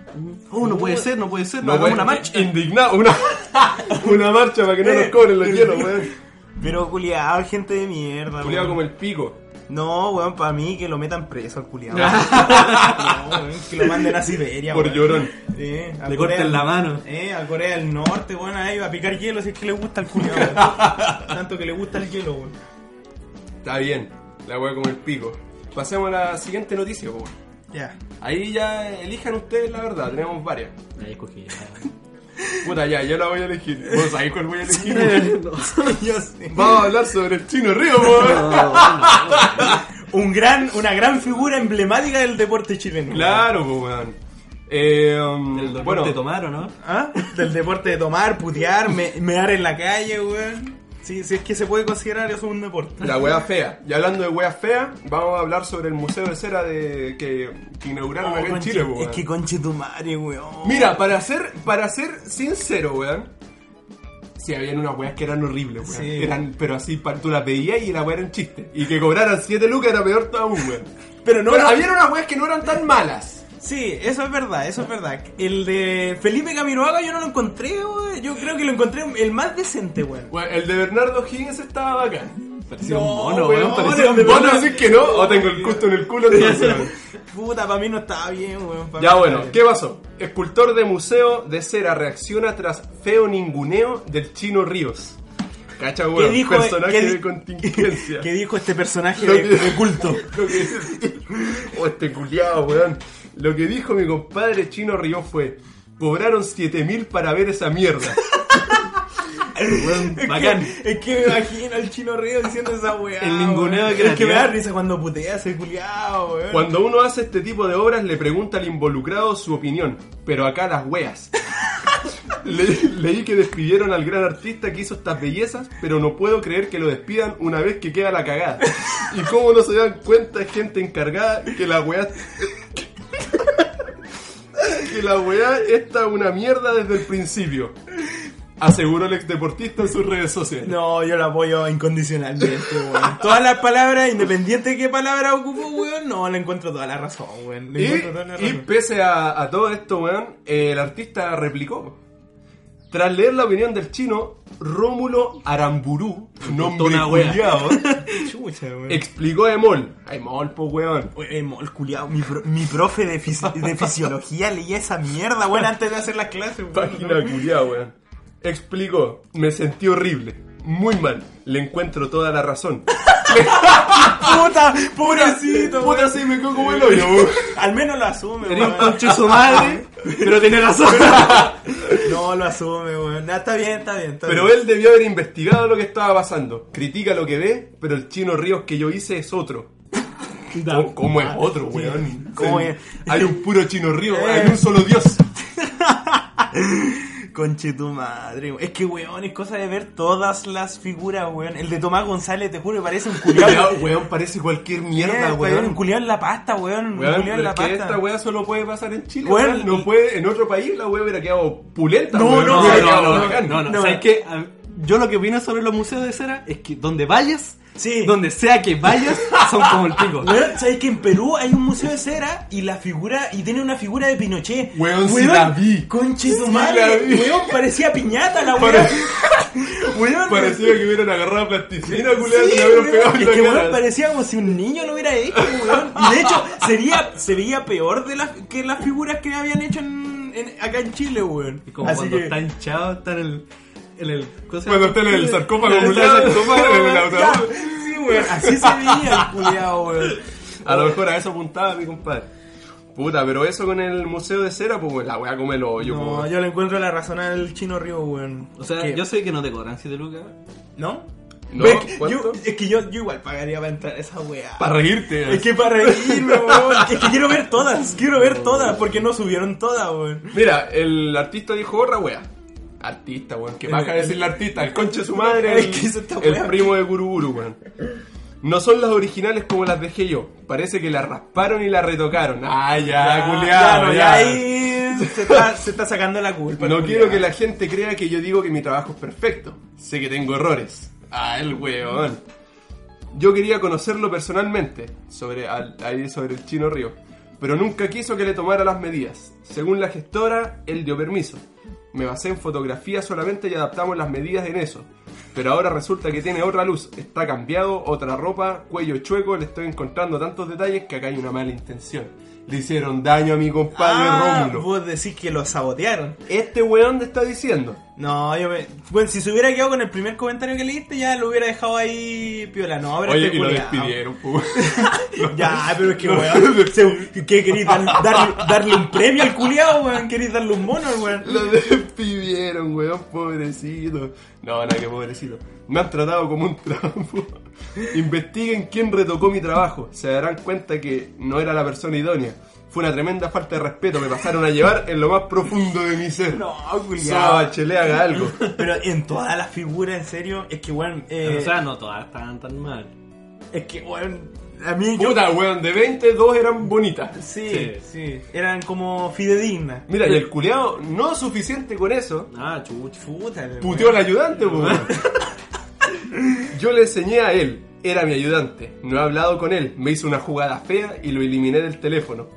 Oh, no puede ser, no puede ser. No, weón, hagamos una marcha. Indignado, una, una marcha para que Eh, no nos cobren los hielos, weón. Pero culiado, gente de mierda. Culeado weón. como el pico. No, weón, para mí que lo metan preso al culiado. no, weón, que lo manden a Siberia, Por weón. llorón. Eh, a Corea Le corten del- la mano. Eh, a Corea del Norte, weón, ahí va a picar hielo si es que le gusta el culiado. weón. Tanto que le gusta el hielo, weón. Está bien, la weá como el pico. Pasemos a la siguiente noticia, pues, weón. Ya. Ahí ya elijan ustedes la verdad, tenemos varias. Ahí escogí. Puta, ya, yo la voy a elegir. ¿Vos sabés cuál voy a elegir? Yo sé. Vamos a hablar sobre el chino río, po. Ah, Un gran, una gran figura emblemática del deporte chileno. Claro, po, weón. Eh, um, El doctor bueno, te tomaron, ¿no? ¿Ah? Del deporte de tomar, putear, me, mear en la calle, weón. Si, si es que se puede considerar eso un deporte. la wea fea. Y hablando de wea fea, vamos a hablar sobre el museo de cera de que, que inauguraron acá en Conche- Chile, po, es weón. que conche tu madre, weón. Mira, para ser, para ser sincero, weón. Sí, habían unas weas que eran horribles, weón. Sí. Eran, pero así, pa- tú las veías y la wea era un chiste. Y que cobraran 7 lucas era peor aún, weón. Pero no, Pero no- habían unas weas que no eran tan malas. Sí, eso es verdad, eso es verdad. El de Felipe Camiroaga yo no lo encontré, weón. Yo creo que lo encontré el más decente, weón. Weón, el de Bernardo Higgins estaba bacán. Parecía No, un mono, weón, weón. Parecía el de un ¿Vos mono. no decís que no? O tengo el custo en el culo entonces, weón. Puta, para mí no estaba bien, weón. pa' Ya mí bueno, no estaba ¿qué pasó? Escultor de museo de cera reacciona tras feo ninguneo del chino Ríos. Cacha, bien. weón, ¿Qué dijo, eh? personaje qué di- de contingencia. qué dijo este personaje Lo de, que- de culto? Lo que Oh, este culiao, weón. Lo que dijo mi compadre chino Ríos fue, cobraron 7000 para ver esa mierda. Weón, Bacán. Es que- Es que me imagino al chino río diciendo esa weá. El ninguneo weón. que la Es que me tira. da risa cuando putea ese culiao, weón. Cuando uno hace este tipo de obras le pregunta al involucrado su opinión, pero acá las weas. Le- leí que despidieron al gran artista que hizo estas bellezas, pero no puedo creer que lo despidan una vez que queda la cagada. Y cómo no se dan cuenta gente encargada que la weá... que la weá está una mierda desde el principio. Aseguró el ex deportista en sus redes sociales. No, yo lo apoyo incondicionalmente, weón. Todas las palabras, independiente de qué palabra ocupo, weón, no, le encuentro toda la razón, weón. Le Y, encuentro toda la y razón. pese a, a todo esto, weón, eh, el artista replicó. Tras leer la opinión del chino, Rómulo Aramburú, nombre una wea. culiao, Chucha, weón. explicó a Emol. Ay, Emol, po, weón. Oye, mol, culiao, mi, pro- mi profe de, fisi- de fisiología leía esa mierda, weón, antes de hacer las clases, weón. Página culiao, weón. Explicó, me sentí horrible, muy mal, le encuentro toda la razón. ¡Puta! ¡Pobrecito! Puta, weón. sí, me quedo como el hoyo, weón. Al menos lo asume, Tenía un weón. conche su madre, pero tenía razón. No, lo asume, weón. Nah, está bien, está bien, está Pero bien. él debió haber investigado lo que estaba pasando. Critica lo que ve, pero el chino Ríos que yo hice es otro. ¿Cómo, cómo es otro, weón? ¿Cómo Sí. es? Hay un puro chino río, Eh. hay un solo dios. Conche tu madre, weón. Es que, weón, es cosa de ver todas las figuras, weón. El de Tomás González, te juro, que parece un culiao. Weón, weón, parece cualquier Mierda, mierda, weón. Un weón. culiao en la pasta, weón. Un Weón, culiao en pero la es que esta pasta. weá solo puede pasar en Chile, Weón, weón. No puede, en otro país la weá hubiera quedado pulenta, No, weón. no, hubiera no, quedado no, bacán. No, no, No. ¿sabes qué? A- Yo lo que opino sobre los museos de cera es que donde vayas, Sí. donde sea que vayas, son como el pico. Weón, ¿sabes que en Perú hay un museo de cera y la figura, y tiene una figura de Pinochet? Weón, sí la vi. Conche Sí tu la madre, vi. weón, parecía piñata la weón. Pare- Weón, Parecía que hubieran agarrado plasticina, culiao, Sí, y le hubieran weón. pegado en es la que cara. weón, parecía como si un niño lo hubiera hecho, weón. Y de hecho, sería, se veía peor de las, que las figuras que habían hecho en- en- acá en Chile, weón. Y como Así cuando que- está hinchado, está en el. En el ¿cómo se llama? Cuando está en el sarcófago, En el culiao, en el sarcófago. sarcófago, en el Ya, ataúd. sí, weón, Así se veía el culiao, weón. A lo mejor a eso apuntaba mi compadre. Puta, pero eso con el museo de cera, pues weón, la weá come el hoyo, pues, No, weón. yo le encuentro la razón al chino río, weón. O sea, ¿Qué? yo sé que no te cobran 7 lucas. ¿No? No, Ve que ¿cuánto? yo- es que yo, yo igual pagaría para entrar a esa weá. Para reírte. es que para reírme, weón. Es que quiero ver todas, quiero ver todas, porque no subieron todas, weón. Mira, el artista dijo horra, wea. Artista, weón. Que baja a decirle artista. El conche de su madre. Es El, que hizo esta el wea. primo de Guruguru, weón. No son las originales como las dejé yo. Parece que las rasparon y las retocaron. Ah, ya, culiado, no, ya. ahí se está, se está sacando la culpa. No el quiero que culiao. la gente crea que yo digo que mi trabajo es perfecto. Sé que tengo errores. Ah, el weón. Yo quería conocerlo personalmente, sobre, al- ahí sobre el chino río, pero nunca quiso que le tomara las medidas. Según la gestora, él dio permiso. Me basé en fotografía solamente y adaptamos las medidas en eso. Pero ahora resulta que tiene otra luz, está cambiado, otra ropa, cuello chueco, le estoy encontrando tantos detalles que acá hay una mala intención. Le hicieron daño a mi compadre Ah, Rómulo. vos decís que lo sabotearon. Este weón te está diciendo. No, yo me. Bueno, si se hubiera quedado con el primer comentario que leíste, ya lo hubiera dejado ahí piola. No, pero Oye, este y lo culiao. despidieron, po. Ya, pero es que, weón. se- ¿Qué querís? Dar- darle, darle un premio al culiao, weón. ¿Querís darle un bono, weón? Lo despidieron, weón, pobrecito. No, no, que pobrecito. Me han tratado como un trampo. Investiguen quién retocó mi trabajo. Se darán cuenta que no era la persona idónea. Fue una tremenda falta de respeto. Me pasaron a llevar en lo más profundo de mi ser. No, Saba, culiao. Bachelet, haga algo. Pero en todas las figuras, en serio, es que, weón. eh, o sea, no todas estaban tan mal. es que, weón. A mí yo- Puta, weón, de 20, dos eran bonitas. Sí, sí. Eran como fidedignas. Mira, y el culeado, no suficiente con eso, Ah, chucho. Puta, weón. Puteó al ayudante, po, weón. Yo le enseñé a él, era mi ayudante. No he hablado con él, me hizo una jugada fea y lo eliminé del teléfono.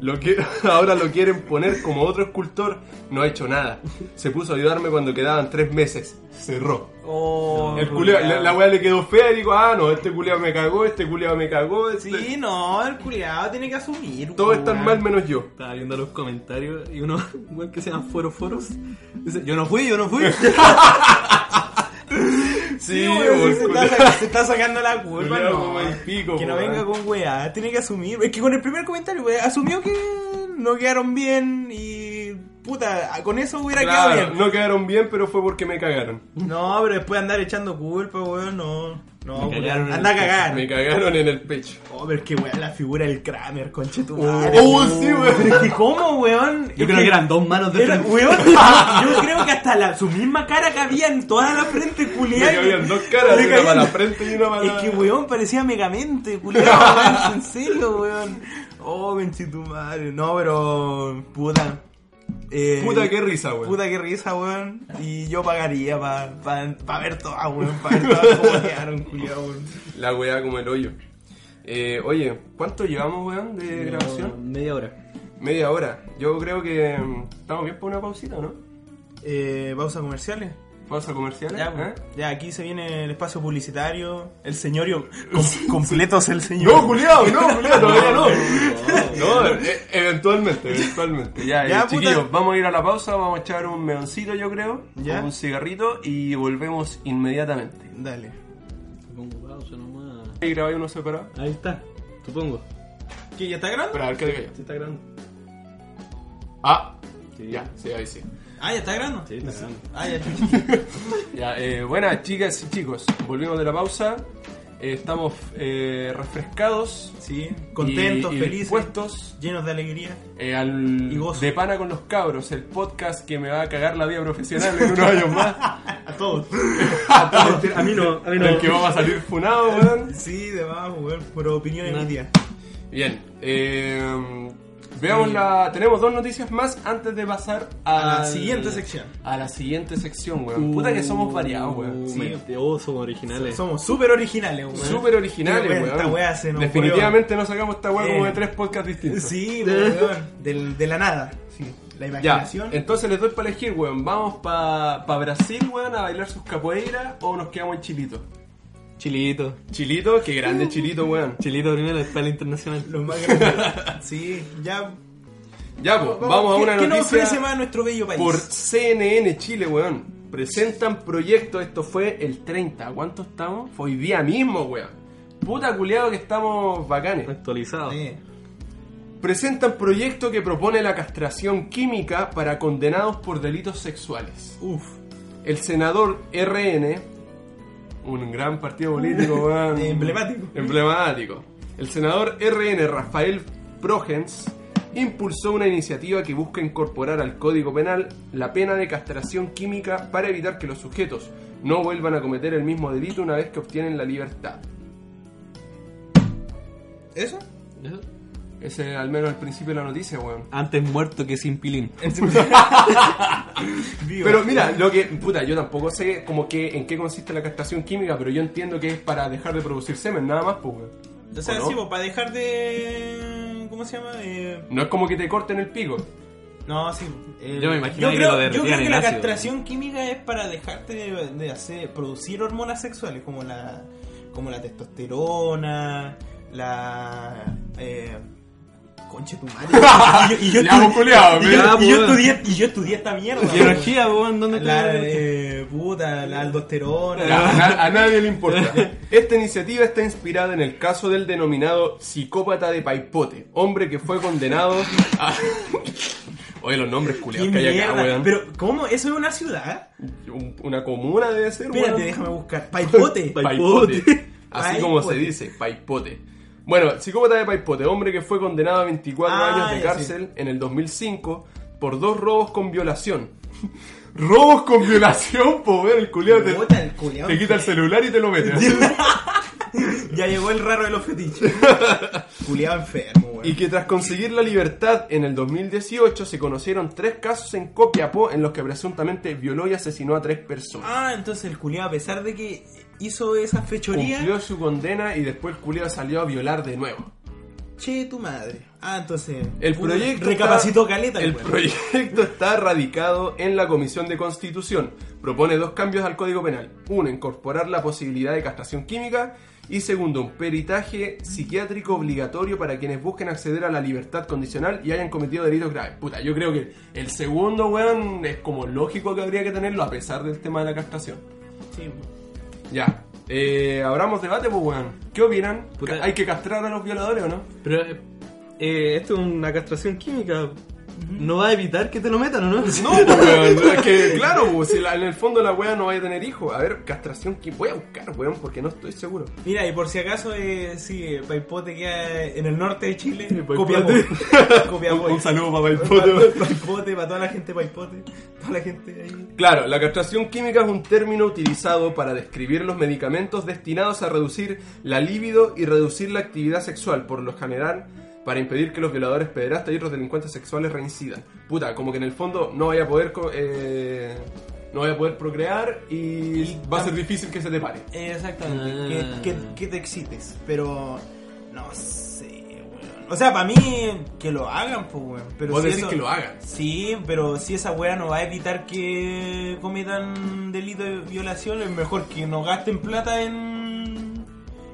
Lo que ahora lo quieren poner como otro escultor, no ha hecho nada. Se puso a ayudarme cuando quedaban tres meses. Cerró. Oh, El culeo, la, culiao. la weá le quedó fea y digo, ah no, este culeado me cagó, este culeado me cagó, este- Sí, no, el culiao tiene que asumir. todos weón. están mal menos yo. Estaba viendo los comentarios y uno, un weón que se llaman Foro Foros, dice: Yo no fui, yo no fui. Sí, weón, weón, sí, se, culiao. está, saca- se está sacando la culpa, Culiao no. como el pico, que no weón. venga con weá, tiene que asumir. Es que con el primer comentario, weá, asumió que no quedaron bien y puta, con eso hubiera quedado Claro, bien. no quedaron bien, pero fue porque me cagaron. No, pero después andar echando culpa, weón, no. No, Me weón, cagaron en anda a el pecho, cagar. Me cagaron en el pecho. Oh, pero es que weón, la figura del Kramer, conche tu madre. Oh, sí, weón. Pero es que, ¿cómo, weón? Yo creo que eran dos manos de Era, frente. weón, yo creo que hasta la, su misma cara cabía en toda la frente, Me culiado. cabían dos caras, una para la frente y una para Es la... que, weón, parecía Megamente, culiado, weón, en serio, weón. Oh, conche tu madre. No, pero, puta. Eh, Puta, qué risa, weón. Puta que risa, weón. Y yo pagaría para pa, pa ver todas, weón. Para ver todas cómo quedaron, culiado, weón. La weá como el hoyo. Eh, oye, ¿cuánto llevamos, weón, de grabación? Media hora. Media hora. Yo creo que mm, estamos bien para una pausita, ¿no? Eh, pausa comerciales. Pausa comercial. Ya, ¿eh? ya, aquí se viene el espacio publicitario. El señorio. com- completos el señor. No, Juliado, no, Juliado, todavía no. No, e- eventualmente, eventualmente. Ya, Ya, eh, chiquillos, puta. vamos a ir a la pausa, vamos a echar un meoncito, yo creo, Ya. o un cigarrito y volvemos inmediatamente. Dale. Pongo pausa nomás. Y grabáis uno separado. Ahí está, supongo. ¿Qué, ya está grabando? Pero a ver qué te calla. Sí, está grande. Ah, Sí. ya, sí, ahí sí. Ah, ya está grabando. Sí, está grabando. Ah, ya. Ya, eh, buenas chicas y chicos, volvimos de la pausa. Eh, estamos eh, refrescados, Sí, contentos, Y- y felices. dispuestos. Llenos de alegría. Eh, al Y gozo. de pana con los cabros, el podcast que me va a cagar la vida profesional en unos años más. A todos. A mí no, a mí no. El que vamos a salir funado, weón. Sí, de más, weón. Por opiniones Nah. mías. Bien, eh, veamos la. Tenemos dos noticias más antes de pasar a A la siguiente sección. A la siguiente sección, weón. Puta que somos variados, Uh, weón. Uh, Sí, oh, somos originales. Somos súper originales, weón. Súper Mira, originales, weón, weón. Esta weá se nos Definitivamente no sacamos esta weá Sí. como de tres podcasts ocurrió. distintos. Sí, weón. Del, de la nada. Sí. Ya, La imaginación. entonces les doy para elegir, weón. ¿Vamos para Brasil, weón, a bailar sus capoeiras o nos quedamos en Chilito? Chilito. Chilito, qué grande Chilito, weón. Chilito primero, está el internacional. Los más grandes. sí, ya. Ya, pues, vamos a ¿Qué- una ¿Qué nos ofrece noticia más nuestro bello país? por CNN Chile, weón. Presentan proyectos, esto fue el 30. ¿Cuánto estamos? Fue hoy día mismo, weón. Puta culiado que estamos bacanes. Actualizado. Sí. Presentan proyecto que propone la castración química para condenados por delitos sexuales. Uf. El senador RN, un gran partido político, weón. Emblemático. Emblemático. El senador RN Rafael Progens impulsó una iniciativa que busca incorporar al Código Penal la pena de castración química para evitar que los sujetos no vuelvan a cometer el mismo delito una vez que obtienen la libertad. ¿Eso? ¿Eso? Ese es al menos el principio de la noticia, weón. Antes muerto que sin pilín. Vivo. Pero mira, lo que. Puta, yo tampoco sé como que en qué consiste la castración química, pero yo entiendo que es para dejar de producir semen, nada más, pues, weón. O sea, ¿O no? sí, pues, para dejar de. ¿Cómo se llama? Eh, No es como que te corten el pico. no, sí. eh, Yo me imagino yo que creo, lo yo derretían creo que en la ácido. castración química es para dejarte de, de hacer, producir hormonas sexuales como la, como la testosterona, la. Eh, conche tu madre. y yo, y yo Ya, pues, culiao, y yo- mira, y yo pues. estudié, y yo estudié esta mierda. Biología, weón, ¿dónde está? La eh, puta, la aldosterona. Ya, a, na- a nadie le importa. Esta iniciativa está inspirada en el caso del denominado psicópata de Paipote, hombre que fue condenado a. Oye, los nombres culiados Qué que hay acá, mierda. weón. Pero, ¿cómo? ¿Eso es una ciudad? Un- Una comuna debe ser, Espérate, weón. déjame buscar. Paipote. Paipote. Así Paipote. como se dice, Paipote. Bueno, psicópata de Paipote, hombre que fue condenado a 24 Ah, años de ya, cárcel en el 2005 por dos robos con violación. robos con violación, por ver el culiado te, Puta, el culiao. te quita el celular y te lo mete. Ya llegó el raro de los fetiches. Culeado enfermo, weón. Y que tras conseguir la libertad en el 2018 se conocieron tres casos en Copiapó en los que presuntamente violó y asesinó a tres personas. Ah, entonces el culiado, a pesar de que hizo esa fechoría, Cumplió su condena y después el culiado salió a violar de nuevo. che tu madre. Ah, entonces. El puta, proyecto Recapacitó está- caleta, pues. El el weón. proyecto está radicado en la Comisión de Constitución. Propone dos cambios al Código Penal. Uno, incorporar la posibilidad de castración química. Y segundo, un peritaje psiquiátrico obligatorio para quienes busquen acceder a la libertad condicional y hayan cometido delitos graves. Puta, yo creo que el segundo, weón, es como lógico que habría que tenerlo a pesar del tema de la castración. Sí, Ya. Eh, abramos debate, pues, weón. ¿Qué opinan? Puta. ¿Hay que castrar a los violadores o no? Pero eh, eh, esto es una castración química. no va a evitar que te lo metan, ¿o no? No, pues, weón, es que claro, pues, si la- en el fondo la wea no vaya a tener hijos. A ver, castración que voy a buscar, weón, porque no estoy seguro. Mira, y por si acaso, eh, sí, eh, Paipote queda en el norte de Chile. Paipote. Copiapó. Copiapó. saludo para Paipote, para toda la gente de Paipote. Toda la gente ahí. Claro, la castración química es un término utilizado para describir los medicamentos destinados a reducir la libido y reducir la actividad sexual, por lo general, para impedir que los violadores, pederastas y otros delincuentes sexuales reincidan. Puta, como que en el fondo no vaya a poder... co- eh, No vaya a poder procrear y va a ser difícil que se te pare. Eh, Exactamente. Ah. Que, que- que te excites. Pero. No sé, weón. O sea, para mí, que lo hagan, pues, weón. Pero Vos si decís eso- que lo hagan. Sí, pero si esa weá no va a evitar que cometan delito de violación, es mejor que no gasten plata en,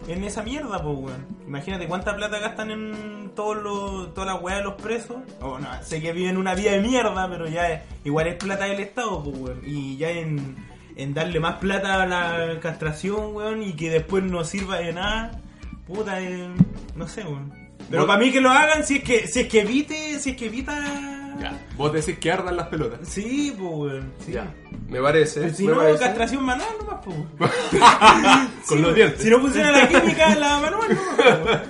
en esa mierda, pues weón. Imagínate cuánta plata gastan en todos los, toda la weá de los presos. O no, sé que viven una vida de mierda, pero ya es- igual es plata del Estado, pues weón. Y ya en, en darle más plata a la castración, weón, y que después no sirva de nada, puta, eh, no sé, weón. Pero Bueno. para mí que lo hagan si es que, si es que evite, si es que evita Ya. Vos decís que ardan las pelotas. Sí, pues, weón. Sí. Ya. Me parece. Pero si me no, parece. castración manual nomás, pues. weón. Con Sí, los dientes. Si no funciona la química, la manual nomás, po, weón.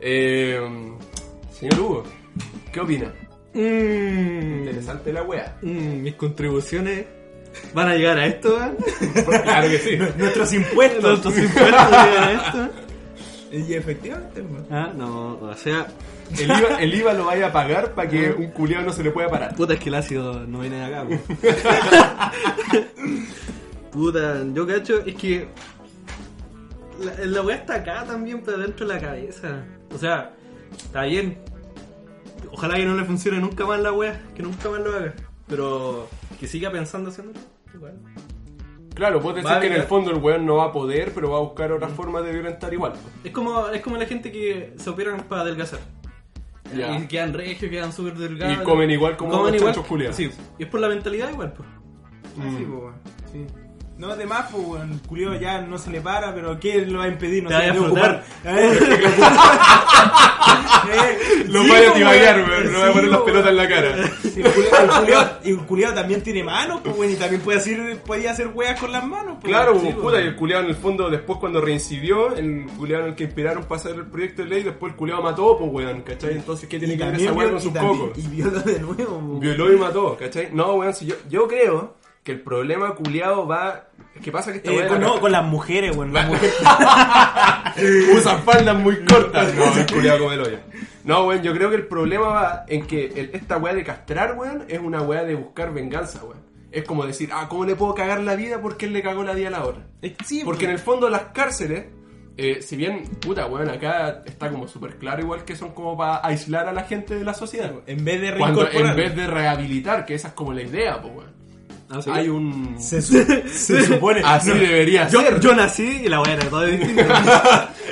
Eh, señor Hugo, ¿qué opina? Interesante la wea. Mm, mis contribuciones van a llegar a esto, weón. Claro que sí. Nuestros Los impuestos. otros impuestos van a llegar a esto. y efectivamente, weón. Ah, no, o sea, El IVA, el IVA lo vaya a pagar para que un culiado no se le pueda parar. puta es que el ácido no viene de acá, weón. Puta, yo cacho, es que la, la weá está acá también, pero dentro de la cabeza. O sea, está bien. Ojalá que no le funcione nunca más la weá, que nunca más lo haga. Pero que siga pensando haciéndolo. Igual. Claro, vos decís Va a que en el evitar. fondo el weón no va a poder, pero va a buscar otras formas de violentar igual. Es como, es como la gente que se operan para adelgazar. Ya. Y quedan regios, quedan súper delgados. Y comen igual como Comen los igual. chanchos culiados. Sí, y es por la mentalidad igual, pues. Mm. Sí, po, weón. Sí. No, de más, pues, weón. Culiao ya no se le para, pero ¿qué lo va a impedir? No Te sé, vaya a debe frotar. Eh, Lo sí, vaya a po, divagar, weón. weón. Le Sí, va a poner las po, pelotas en weón. la cara. Sí, el culiao- el culiao- Y el culiao también tiene manos, pues, weón. Y también puede hacer, podía hacer weas con las manos, pues. Claro, weón. Sí, po, puta, y weón. el culiado en el fondo, después cuando reincidió, el culiado en el que inspiraron para hacer el proyecto de ley, después el culiado mató, pues weón, ¿cachai? Entonces, ¿qué tiene Y que ver también esa weá vio- con y sus también- cocos? Y violó de nuevo. po. Violó y mató, ¿cachai? No, weón, si yo, yo creo que el problema culiado va. Es que pasa que esta Eh, weá con, la- no, con las mujeres, weón. Las mujeres. Usan faldas muy cortas. No, es culiado como el hoyo. No, weón, yo creo que el problema va en que el- esta weá de castrar, weón, es una weá de buscar venganza, weón. Es como decir, ah, ¿cómo le puedo cagar la vida porque él le cagó la vida a la otra? Eh, sí, Porque en weón. el fondo las cárceles, eh, si bien, puta, weón, acá está como súper claro igual que son como para aislar a la gente de la sociedad. weón. en vez de Cuando pues, reincorporar. en vez de rehabilitar, que esa es como la idea, pues, weón. Hay un... se, su- se supone. Así no, debería Yo, ser. yo nací y la weá era todo distinto.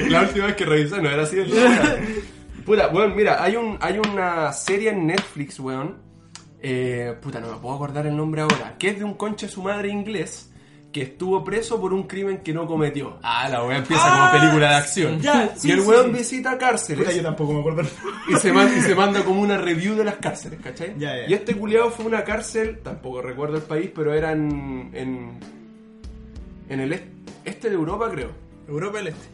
La última vez que revisé no era así. el- Puta, weón, mira, hay, un, hay una serie en Netflix, weón. eh, puta, no me puedo acordar el nombre ahora. Que es de un conche su madre inglés que estuvo preso por un crimen que no cometió. Ah, la weón empieza Ah, como película de acción. ya, sí, y el sí, weón sí. visita cárceles puta, yo tampoco me acuerdo. y, se manda, y se manda como una review de las cárceles, ¿cachai? Ya, ya. Y este culiado fue a una cárcel, tampoco recuerdo el país, pero era en. en, en el est- este de Europa, creo. Europa del Este.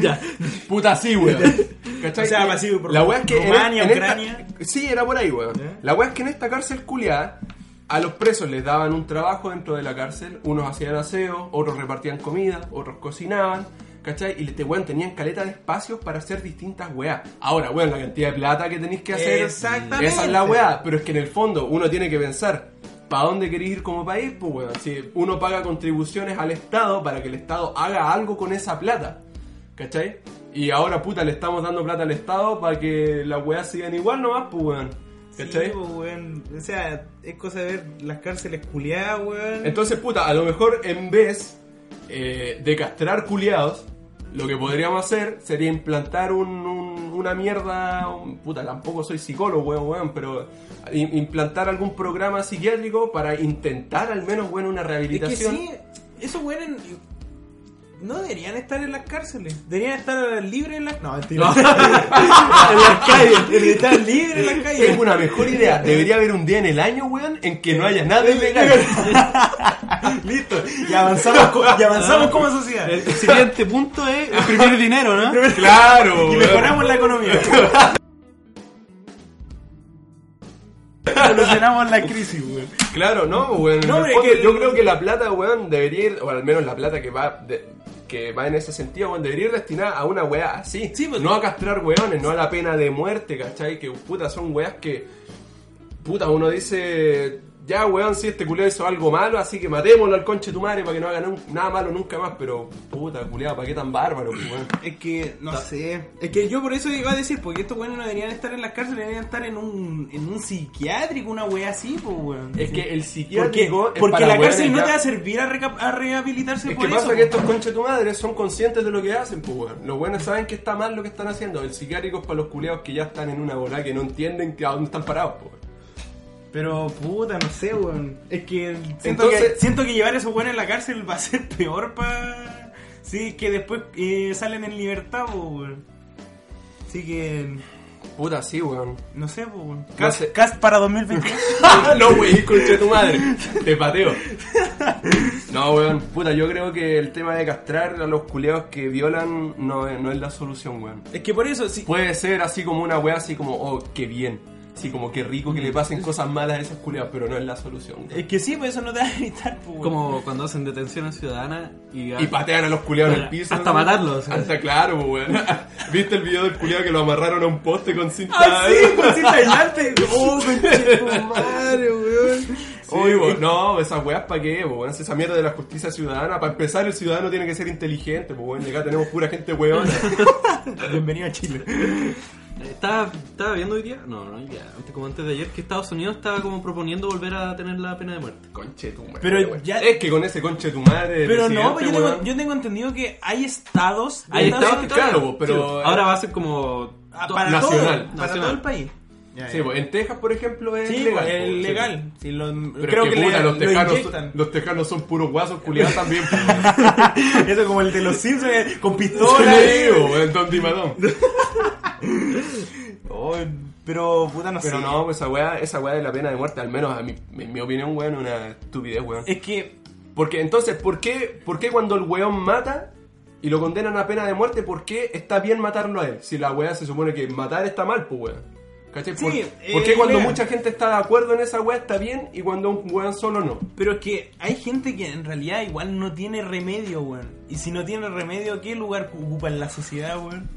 ya. Puta, sí, weón. ¿Cachai? O sea, así, por la weá es que. en- Rumania, en esta- Ucrania. sí, era por ahí, weón. ¿Eh? La weá es que en esta cárcel culiada, a los presos les daban un trabajo dentro de la cárcel. Unos hacían aseo, otros repartían comida, otros cocinaban. ¿Cachai? Y este weón tenían caleta de espacios para hacer distintas weas. Ahora, weón, la cantidad de plata que tenéis que hacer. Exactamente. Esa es la weá. Pero es que en el fondo uno tiene que pensar. ¿Para dónde queréis ir como país? Pues weón, si uno paga contribuciones al Estado para que el Estado haga algo con esa plata. ¿Cachai? Y ahora, puta, le estamos dando plata al Estado para que las weas sigan igual nomás, pues, weón. ¿Cachai? Sí, po, weón. O sea, es cosa de ver las cárceles culiadas, weón. Entonces, puta, a lo mejor en vez eh, de castrar culiados, lo que podríamos hacer sería implantar un, un- una mierda. un- puta, tampoco soy psicólogo, weón, weón, pero i- implantar algún programa psiquiátrico para intentar al menos, weón, una es que rehabilitación. sí, esos weones. no deberían estar en las cárceles. Deberían estar libres en las... No, mentira. No. en las calles. Deberían estar libres en las calles. Tengo una mejor idea. Debería haber un día en el año, weón, en que no haya nada ilegal. Listo. Y avanzamos, co- y avanzamos como sociedad. El siguiente punto es el primer dinero, ¿no? Claro, Y weón. mejoramos la economía. Solucionamos la crisis, weón. Claro, no, weón. En No, el pero es fondo, que- Yo creo que la plata, weón, debería ir, o al menos la plata que va de- que va en ese sentido, weón, debería ir destinada a una weá así. Sí, pues- no a castrar weones, no a la pena de muerte, ¿cachai? Que puta son weas que. Puta, uno dice. Ya, weón, si este culiao hizo algo malo, así que matémoslo al conche tu madre para que no haga nun- nada malo nunca más. Pero, puta, culiao, ¿para qué tan bárbaro, pues, weón? Es que, no sé. Es que yo por eso iba a decir, porque estos weones no deberían estar en las cárceles, deberían estar en un, en un psiquiátrico, una wea así, pues, weón. Es que el porque, psiquiátrico. es porque para la weones cárcel no ya- te va a servir a, reca- a rehabilitarse Es por que eso. pasa que estos conches tu madre son conscientes de lo que hacen, pues weón. Los buenos saben que está mal lo que están haciendo. El psiquiátrico es para los culeados que ya están en una bola que no entienden que a dónde están parados, pues weón. Pero puta, no sé, weón. Es que siento, Entonces- que siento que llevar a esos weones en la cárcel va a ser peor para. Sí, que después eh, salen en libertad, po, weón. Así que. Puta, sí, weón. No sé, po, weón. No Cast, sé. cast para 2021. no, wey, conche tu madre. Te pateo. No, weón. Puta, yo creo que el tema de castrar a los culeados que violan no es, no es la solución, weón. es que por eso, sí. Puede ser así como una weá, así como, oh, qué bien. Así como, qué rico que le pasen cosas malas a esos culeados, pero no es la solución, weón. Es que sí, pues eso no te va a evitar, po, weón. Como cuando hacen detenciones ciudadanas y... Y patean a los culiados en el piso. Hasta matarlos. Hasta claro, pues, weón. ¿Viste el video del culiado que lo amarraron a un poste con cinta? ¡Ah, sí! ¡Pues sí, tailante! ¡Oh, madre, weón! Sí, weón. No, esas weas para qué, pues, weón. Esa mierda de la justicia ciudadana. Para empezar, el ciudadano tiene que ser inteligente, pues, weón. Y acá tenemos pura gente weón. Bienvenido a Chile. Estaba, estaba viendo hoy día, no, no hoy día, antes, como antes de ayer, que Estados Unidos estaba como proponiendo volver a tener la pena de muerte. Conche tu madre. Pero weón. ya- Es que con ese conche tu madre. de Pero no, pues, presidente, yo tengo, weón. yo tengo entendido que hay estados. de Ahí Estados estaba, Unidos- claro, pues, pero- Ahora va a ser como... Ah, to- para nacional, todo, para nacional. todo el país. Sí, pues, en Texas, por ejemplo, es Sí, legal. pues, sí. legal. El legal. Sí, lo- Pero creo es que, que, puta, le- los, tejanos, lo inyectan. los tejanos son puros guasos culiados también. pues, weón. Eso como el de los Simpsons eh, con Sí, pues, pistola. eh. weón, Don Dimadón. Oh, pero puta no Pero sé. no, pues esa weá, esa weá de la pena de muerte, al menos a mi, en mi opinión, weón, una estupidez, weón. Es que Porque entonces, ¿por qué, ¿por qué cuando el weón mata y lo condenan a pena de muerte, por qué está bien matarlo a él? Si la weá se supone que matar está mal, pues weón. ¿Cachai? Sí, ¿Por, eh, por qué cuando legal. mucha gente está de acuerdo en esa weá está bien y cuando un weón solo no? pero es que hay gente que en realidad igual no tiene remedio, weón. Y si no tiene remedio, ¿qué lugar ocupa en la sociedad, weón?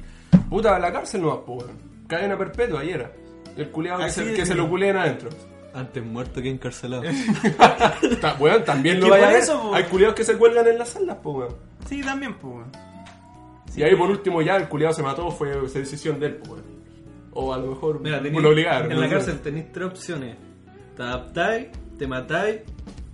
Puta, a la cárcel no va, pues weón. Cadena perpetua, ayer era. El culeado que, Así se, de que se lo simple. culeen adentro. Antes muerto que encarcelado. Ta- weón, también lo Que vaya a por ver. eso, po. Hay culeados que se cuelgan en las salas, pues weón. Sí, también, pues, weón. Y ahí por último ya el culiado se mató, fue se decisión de él, pues. weón. O a lo mejor Mira, tenés- lo obligaron. En la no sé. cárcel tenéis tres opciones. Te adaptáis, te matáis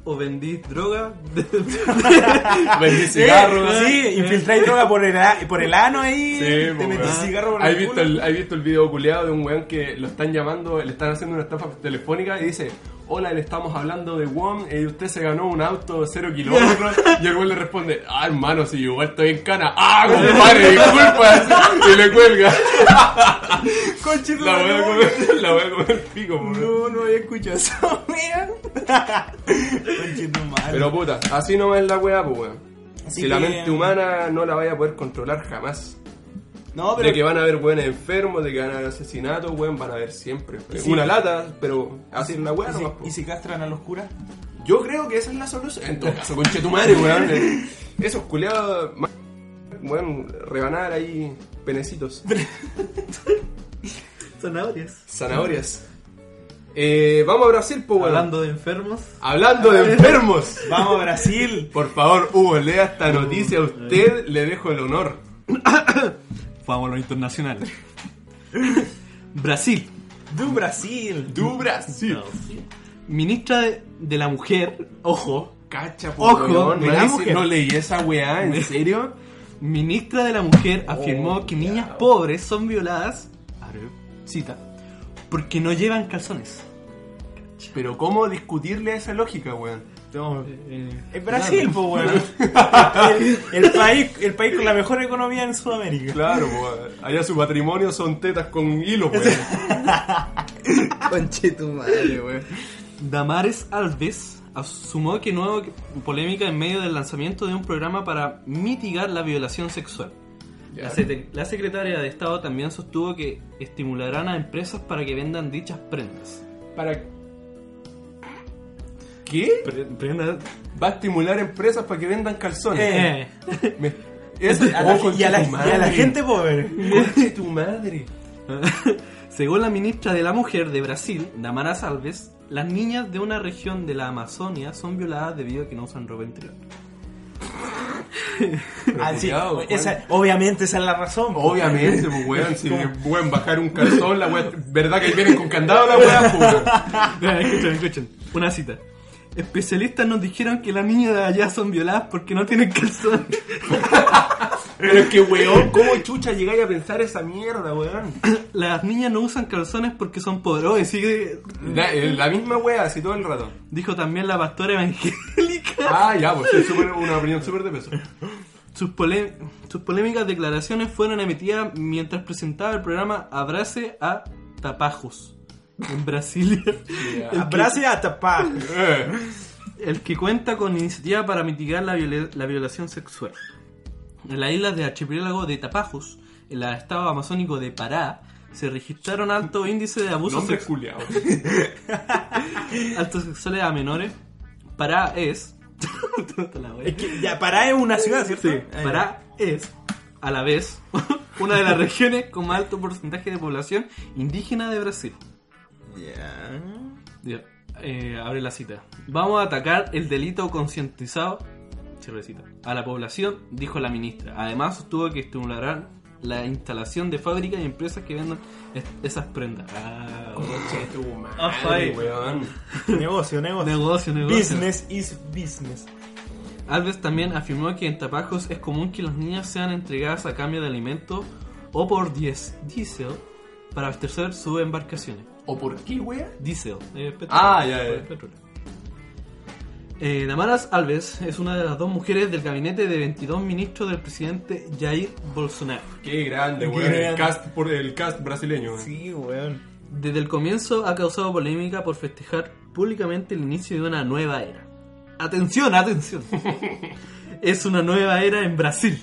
o vendís droga. Vendí cigarros. Sí, infiltráis droga por el, a- por el ano ahí. te po, metís pues, weón. cigarro por ¿Has el visto culo. el, ¿Has visto el video culiado de un weón que lo están llamando, le están haciendo una estafa telefónica y dice, hola, le estamos hablando de WOM y usted se ganó un auto de cero kilómetros? y el weón le responde, ah, hermano, si igual estoy en cana. Ah, compadre, disculpa. y le cuelga. Conche tu La voy a madre. comer, la voy a comer pico, po, weón. No, no había escuchado eso, mira. Conche tu madre. Pero puta, así no es la weá, pues weón. Así si la que, mente um, humana no la vaya a poder controlar jamás. no, De que pero van a haber weones enfermos, de que van a haber asesinatos, weón, van a haber siempre. Sí. Una lata, pero así es la weá ¿Y nomás, si, po. ¿Y si castran a los curas? Yo creo que esa es la solución. En todo caso, conche tu madre, weón. eh, Esos culeados, ma- weón, rebanar ahí penecitos, Zanahorias. zanahorias. Eh, vamos a Brasil, pues weón. Hablando de enfermos. Hablando de enfermos. Vamos a Brasil. Por favor, Hugo, lea esta noticia. A usted le dejo el honor. Vamos a lo internacional. Brasil. De un Brasil. Du Brasil. Ministra de, de la Mujer, ojo. Cacha, po, Ojo, weón, de no, la hice- mujer. no leí esa weá, ¿en serio? Ministra de la Mujer afirmó Oh, que niñas ya. pobres son violadas. abre Cita. Porque no llevan calzones. Pero ¿cómo discutirle esa lógica, weón? No, Eh, Es Brasil, claro. pues, weón. El, el país, el país con la mejor economía en Sudamérica. Claro, pues, allá su patrimonio son tetas con hilo, pues. Conche tu madre, weón. Damares Alves asumió que nueva polémica en medio del lanzamiento de un programa para mitigar la violación sexual. La, sete- la secretaria de Estado también sostuvo que estimularán a empresas para que vendan dichas prendas. ¿Para qué? Prendas. Va a estimular empresas para que vendan calzones. Eh. Me- Eso- Y a la- oh, conche y a la, tu y a la madre. gente pobre. Conche tu madre. Según la ministra de la Mujer de Brasil, Damaras Alves, las niñas de una región de la Amazonia son violadas debido a que no usan ropa interior. Ah, sí, culiao, weón. esa- obviamente esa es la razón. po. Obviamente, pues, weón, si pueden bajar un calzón, la weá, verdad que vienen con candado la weá, pues, weón. Ya, Eh, escuchen, escuchen. Una cita. Especialistas nos dijeron que las niñas de allá son violadas porque no tienen calzón. Pero es que, weón, ¿cómo chucha llegáis a pensar esa mierda, weón? Las niñas no usan calzones porque son pobres. Oye, sigue- La, eh, la misma weá, así todo el rato. Dijo también la pastora evangélica. Ah, ya, pues es súper- una opinión súper de peso. Sus, pole- sus polémicas declaraciones fueron emitidas mientras presentaba el programa Abrace a Tapajos en Brasilia. El que- Abrace hasta pa. Eh, El que cuenta con iniciativa para mitigar la, viol- la violación sexual. En las islas de archipiélago de Tapajos, en el estado amazónico de Pará, se registraron alto índice de abusos nombre sexuales culiao. altos sexuales a menores. Pará es. Puta la wea. Es que ya Pará es una ciudad, ¿cierto? Eh, Sí, Pará es, a la vez, una de las regiones con más alto porcentaje de población indígena de Brasil. Ya. Ya, eh, abre la cita. Vamos a atacar el delito concientizado cierre de cita, a la población, dijo la ministra. Además, sostuvo que estimularán la instalación de fábricas y empresas que vendan es- esas prendas. Ah, Conche tu Ojo, weón. Negocio, negocio. negocio, negocio. Business is business. Alves también afirmó que en Tapajos es común que las niñas sean entregadas a cambio de alimento o por diez, diésel para abastecer sus embarcaciones. ¿O por qué, weón? Diesel. eh, petróleo. Ah, ya, ya. Petróleo. Eh, Damaras Alves es una de las dos mujeres del gabinete de 22 ministros del presidente Jair Bolsonaro. Qué grande, Qué weón. El grande. cast, por, el cast brasileño, weón. Sí, weón. Desde el comienzo ha causado polémica por festejar públicamente el inicio de una nueva era. Atención, atención. es una nueva era en Brasil.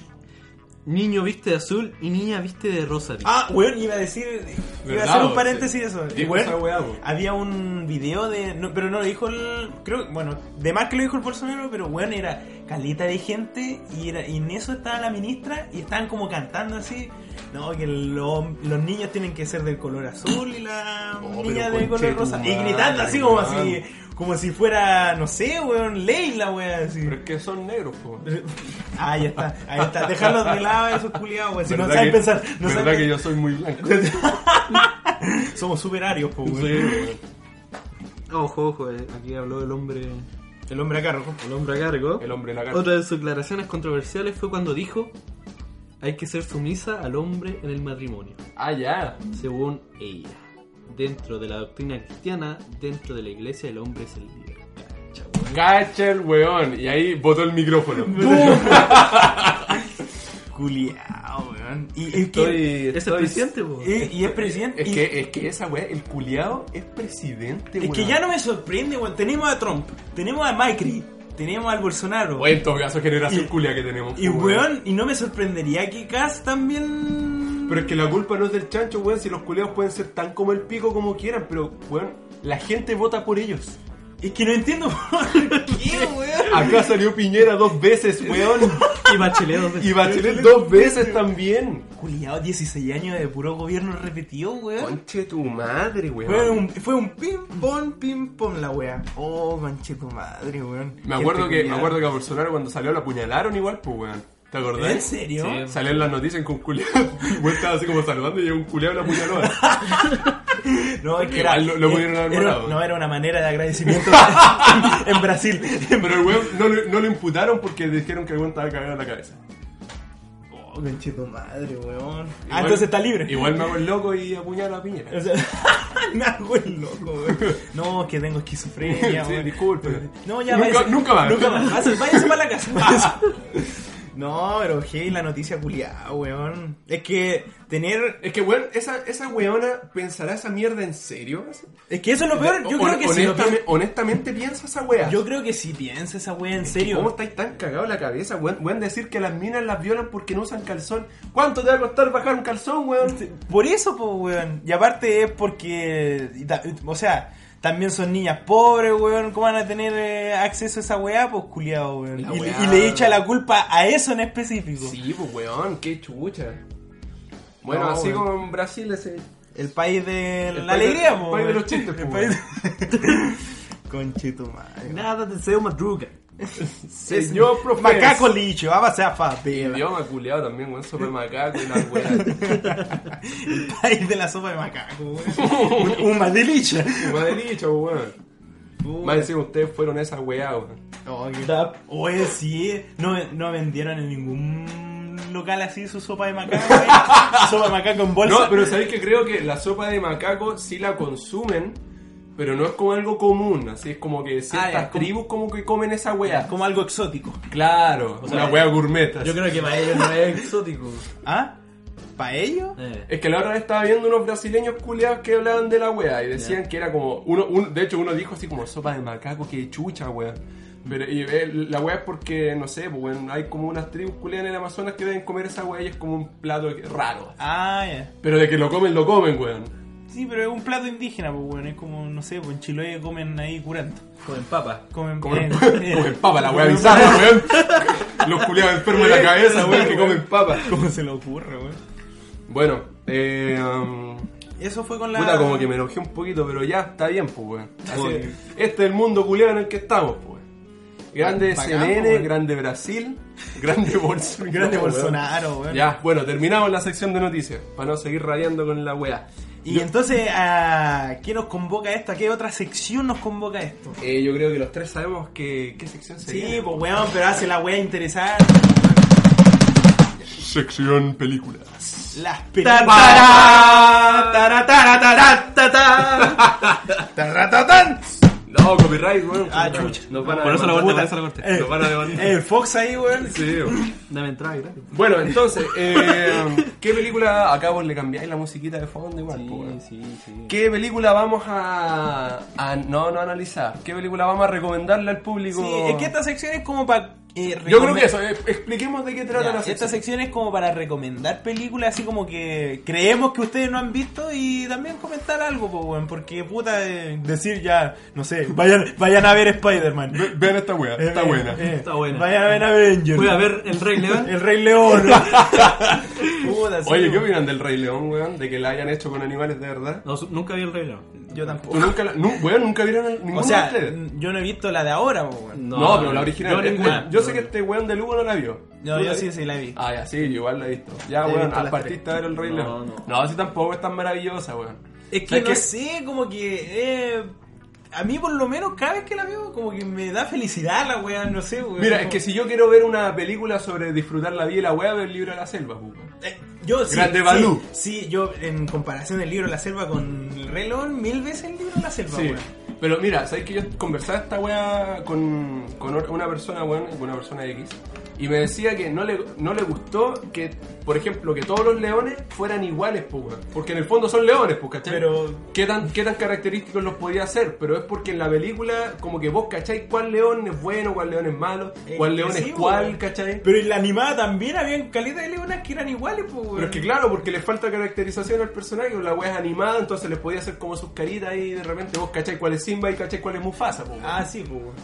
Niño viste de azul y niña viste de rosa. dijo. Ah, weón, iba a decir. Iba a ¿Verdad, hacer un vos? paréntesis Sí. de eso. Dijo Weón, esa weá, vos. había un video de. no, pero no lo dijo el. Creo, bueno, de más que lo dijo el Bolsonaro, pero weón, era calita de gente y, era, y en eso estaba la ministra y estaban como cantando así. No, que lo- los niños tienen que ser del color azul y la Oh, niña pero conche del color tu rosa. Y madre, gritando así como weón. así. Como si fuera, no sé, weón, Leila, weón, así. Pero es que son negros, po. Ahí está, ahí está. Dejarlos de lado esos culiados, weón. Si no ¿Verdad saben que- pensar, no ¿Verdad saben que yo soy muy blanco? Somos superarios, po, Sí, weón. weón. Ojo, ojo, eh, aquí habló el hombre, El hombre a cargo. el hombre a cargo. El hombre lagarto. Otra de sus declaraciones controversiales fue cuando dijo hay que ser sumisa al hombre en el matrimonio, Ah, ya. según ella. Dentro de la doctrina cristiana, dentro de la iglesia, el hombre es el líder. Cacha, weón. Gacha el weón. Y ahí botó el micrófono. Culiao, weón. Y es que. eh, Estoy- Es el estoy- presidente, po. y- y es presidente. Es y- que, es que esa weá, el culiao es presidente, es que weón. ya no me sorprende, weón. Tenemos a Trump, tenemos a Macri, tenemos al Bolsonaro. Oye, en todo caso, generación Y- culia que tenemos. y po, weón, y no me sorprendería que Cass también. Pero es que la culpa no es del chancho, weón. Si los culiados pueden ser tan como el pico como quieran, pero, weón, la gente vota por ellos. Es que no entiendo por qué, weón. Acá salió Piñera dos veces, weón. Y Bachelet dos veces. Y Bachelet dos veces también. Culiao, 16 años de puro gobierno repetido, weón. Conche tu madre, Fue un, fue un ping pong, ping pong la weá. Oh, manche tu madre, weón. Me acuerdo, Gente que, me culiao. acuerdo que a Bolsonaro cuando salió lo apuñalaron igual, pues, weón. ¿Te acordás? ¿En serio? Sí. Salió en las noticias con un culiao. El weón estaba así como saludando y llegó un culiao y lo apuñaló. No, es que Igual era, lo- lo pudieron haber era- matado. No, era una manera de agradecimiento en, en Brasil. Ah, Pero el weón no, lo- no lo imputaron porque dijeron que el weón estaba cagado en la cabeza. Oh, conchito madre, weón. ah, Igual- entonces está libre. Igual me hago el loco y apuñalo a Piñera. O sea, me hago el loco, weón. No, que tengo esquizofrenia, Sí, weón. disculpe. No, ya Nunca- váyase- nunca más. Nunca más. Váyase, váyase para la casa. váyase. No, pero hey, la noticia culiada, weón. Es que tener. Es que, weón, esa, esa weona pensará esa mierda en serio. Es que eso es lo peor. Yo Hon- creo que sí. lo honestame- peor. Honestamente piensa esa wea. Yo creo que sí piensa esa wea en ¿Cómo serio. estáis tan cagados en la cabeza, weón? Weón, decir que las minas las violan porque no usan calzón. ¿Cuánto te va a costar bajar un calzón, weón? Por eso, pues, weón. Y aparte es porque. y ta- O sea. También son niñas pobres, weón. ¿Cómo van a tener eh, acceso a esa weá? Pues culiado, weón. La Y, le- weá. y le echa la culpa a eso en específico. Sí, pues, weón, qué chucha. Bueno, No, así weón. como en Brasil ese... El país de El la país de- alegría, el po, país de weón. los chistes, po, El país de- Conchetumare. Nada deseo madruga. Señor profesor. Macaco licho, vamos a favela. Idioma culeado también, weón, sobre macaco y la weá. El país de la sopa de macaco, weón. Un- Un madelicha. Madre dicho, weón. Más encima ustedes fueron esa weá, weón. Oh, qué- Oye, sí, no, no vendieron en ningún local así su sopa de macaco. weón. sopa de macaco en bolsa. No, pero sabéis que creo que la sopa de macaco sí la consumen, pero no es como algo común. Así es como que ciertas ya, como- tribus como que comen esa weá. Como algo exótico. Claro, sea, una weá gourmet. así. Yo creo que para ellos no es exótico. ¿Ah? ¿Para ellos? Eh. Es que la otra vez estaba viendo unos brasileños culiados que hablaban de la wea y decían que era como. Uno, un- de hecho, uno dijo así como sopa de macaco, que chucha, wea. Pero y, eh, la wea es porque, no sé, pues, weón, hay como unas tribus culiadas en el Amazonas que deben comer esa wea y es como un plato que- raro. Ah, ya. Pero de que lo comen, lo comen, weón. Sí, pero es un plato indígena, pues, weón. Es como, no sé, pues en Chiloé comen ahí curanto. Comen papas. Comen, Comen, eh, comen papa, la wea bizarra, weón. Los culiados enfermos de la cabeza, weón, que comen papa. ¿Cómo se le ocurre, weón? Bueno, eh. um, Eso fue con la. Puta, como que me enojé un poquito, pero ya está bien, pues, weón. Así Joder. es. Este es el mundo culiado en el que estamos, pues. Grande Bacán, CNN, weón. grande Brasil, grande Bolsonaro. Grande weón. Bolsonaro, weón. Ya, bueno, terminamos la sección de noticias, para no seguir rayando con la weá. Y entonces, ¿a qué nos convoca esto? ¿A qué otra sección nos convoca esto? Eh, yo creo que los tres sabemos que, qué sección Sí, sería. pues weón, pero hace la weá interesante. Sección películas. Las Tarara, tarara, tarara, tarara. películas. No, copyright, weón. Ah, copyright. chucha. Eh, Nos van a Por eso la corté, demandar. por eso la corté. Nos van a demandar. El Fox ahí, weón. Sí, weón. Dame entrada, gracias. Bueno, entonces, eh, ¿qué película? Acá vos le cambiáis la musiquita de fondo igual, po, weón. sí, sí. ¿Qué película vamos a, a- no no analizar? ¿Qué película vamos a recomendarle al público? Sí, es que esta sección es como para. Yo creo que eso, eh, expliquemos de qué trata Ya, la esta sección. sección es como para recomendar películas así como que creemos que ustedes no han visto y también comentar algo, po, weón, porque puta, eh, decir ya, no sé, vayan, vayan a ver Spider-Man. Vean esta wea, Eh, eh, eh, Está buena. Vayan a ver Avengers. Voy a ver el Rey León. El Rey León. Puta, eh, sí, Oye, ¿qué weón. opinan del Rey León, weón? De que la hayan hecho con animales de verdad. No, su- nunca vi el Rey León. Yo ¿Tú tampoco. nunca, la- nu- weón, nunca vieron el- ninguna O sea, de ustedes? yo no he visto la de ahora, po, weón. No, pero la original. Yo este- ninguna. yo sé que este weón de Lugo no la vio. No, ¿Tú yo la sí, vi? sí la vi. Ah, ya, sí, igual la he visto. Ya, He weón, visto las partiste a ver el Rey No, León. no. No, sí tampoco es tan maravillosa, weón. Es que ¿Sabes no qué? sé, como que eh, a mí por lo menos cada vez que la veo como que me da felicidad la weá, no sé, weón. Mira, Como- es que si yo quiero ver una película sobre disfrutar la vida y la weá, veo el libro de la selva, weón. Eh, Yo sí, Grande sí, Balú. Sí, yo en comparación del libro La Selva con el Rey León, mil veces el libro La Selva, Sí. weón. Pero mira, ¿sabes que yo conversaba esta weá con, con or- una persona, weón, con una persona X, y me decía que no le, no le gustó que, por ejemplo, que todos los leones fueran iguales, po, weón. Porque en el fondo son leones, po, ¿cachai? Pero- ¿Qué tan, ¿Qué tan característicos los podía hacer? Pero es porque en la película, como que vos, ¿cachai? ¿Cuál león es bueno, cuál león es malo, Eh, cuál león sí, es cuál, weón. ¿cachai? Pero en la animada también habían caletas de leonas que eran iguales, pues, weón. Pero es que claro, porque le falta caracterización al personaje, la weá es animada, entonces le podía hacer como sus caritas y de repente vos cachai cuál es Simba y cachai cuál es Mufasa, po, weón. Ah, sí, pues, weón.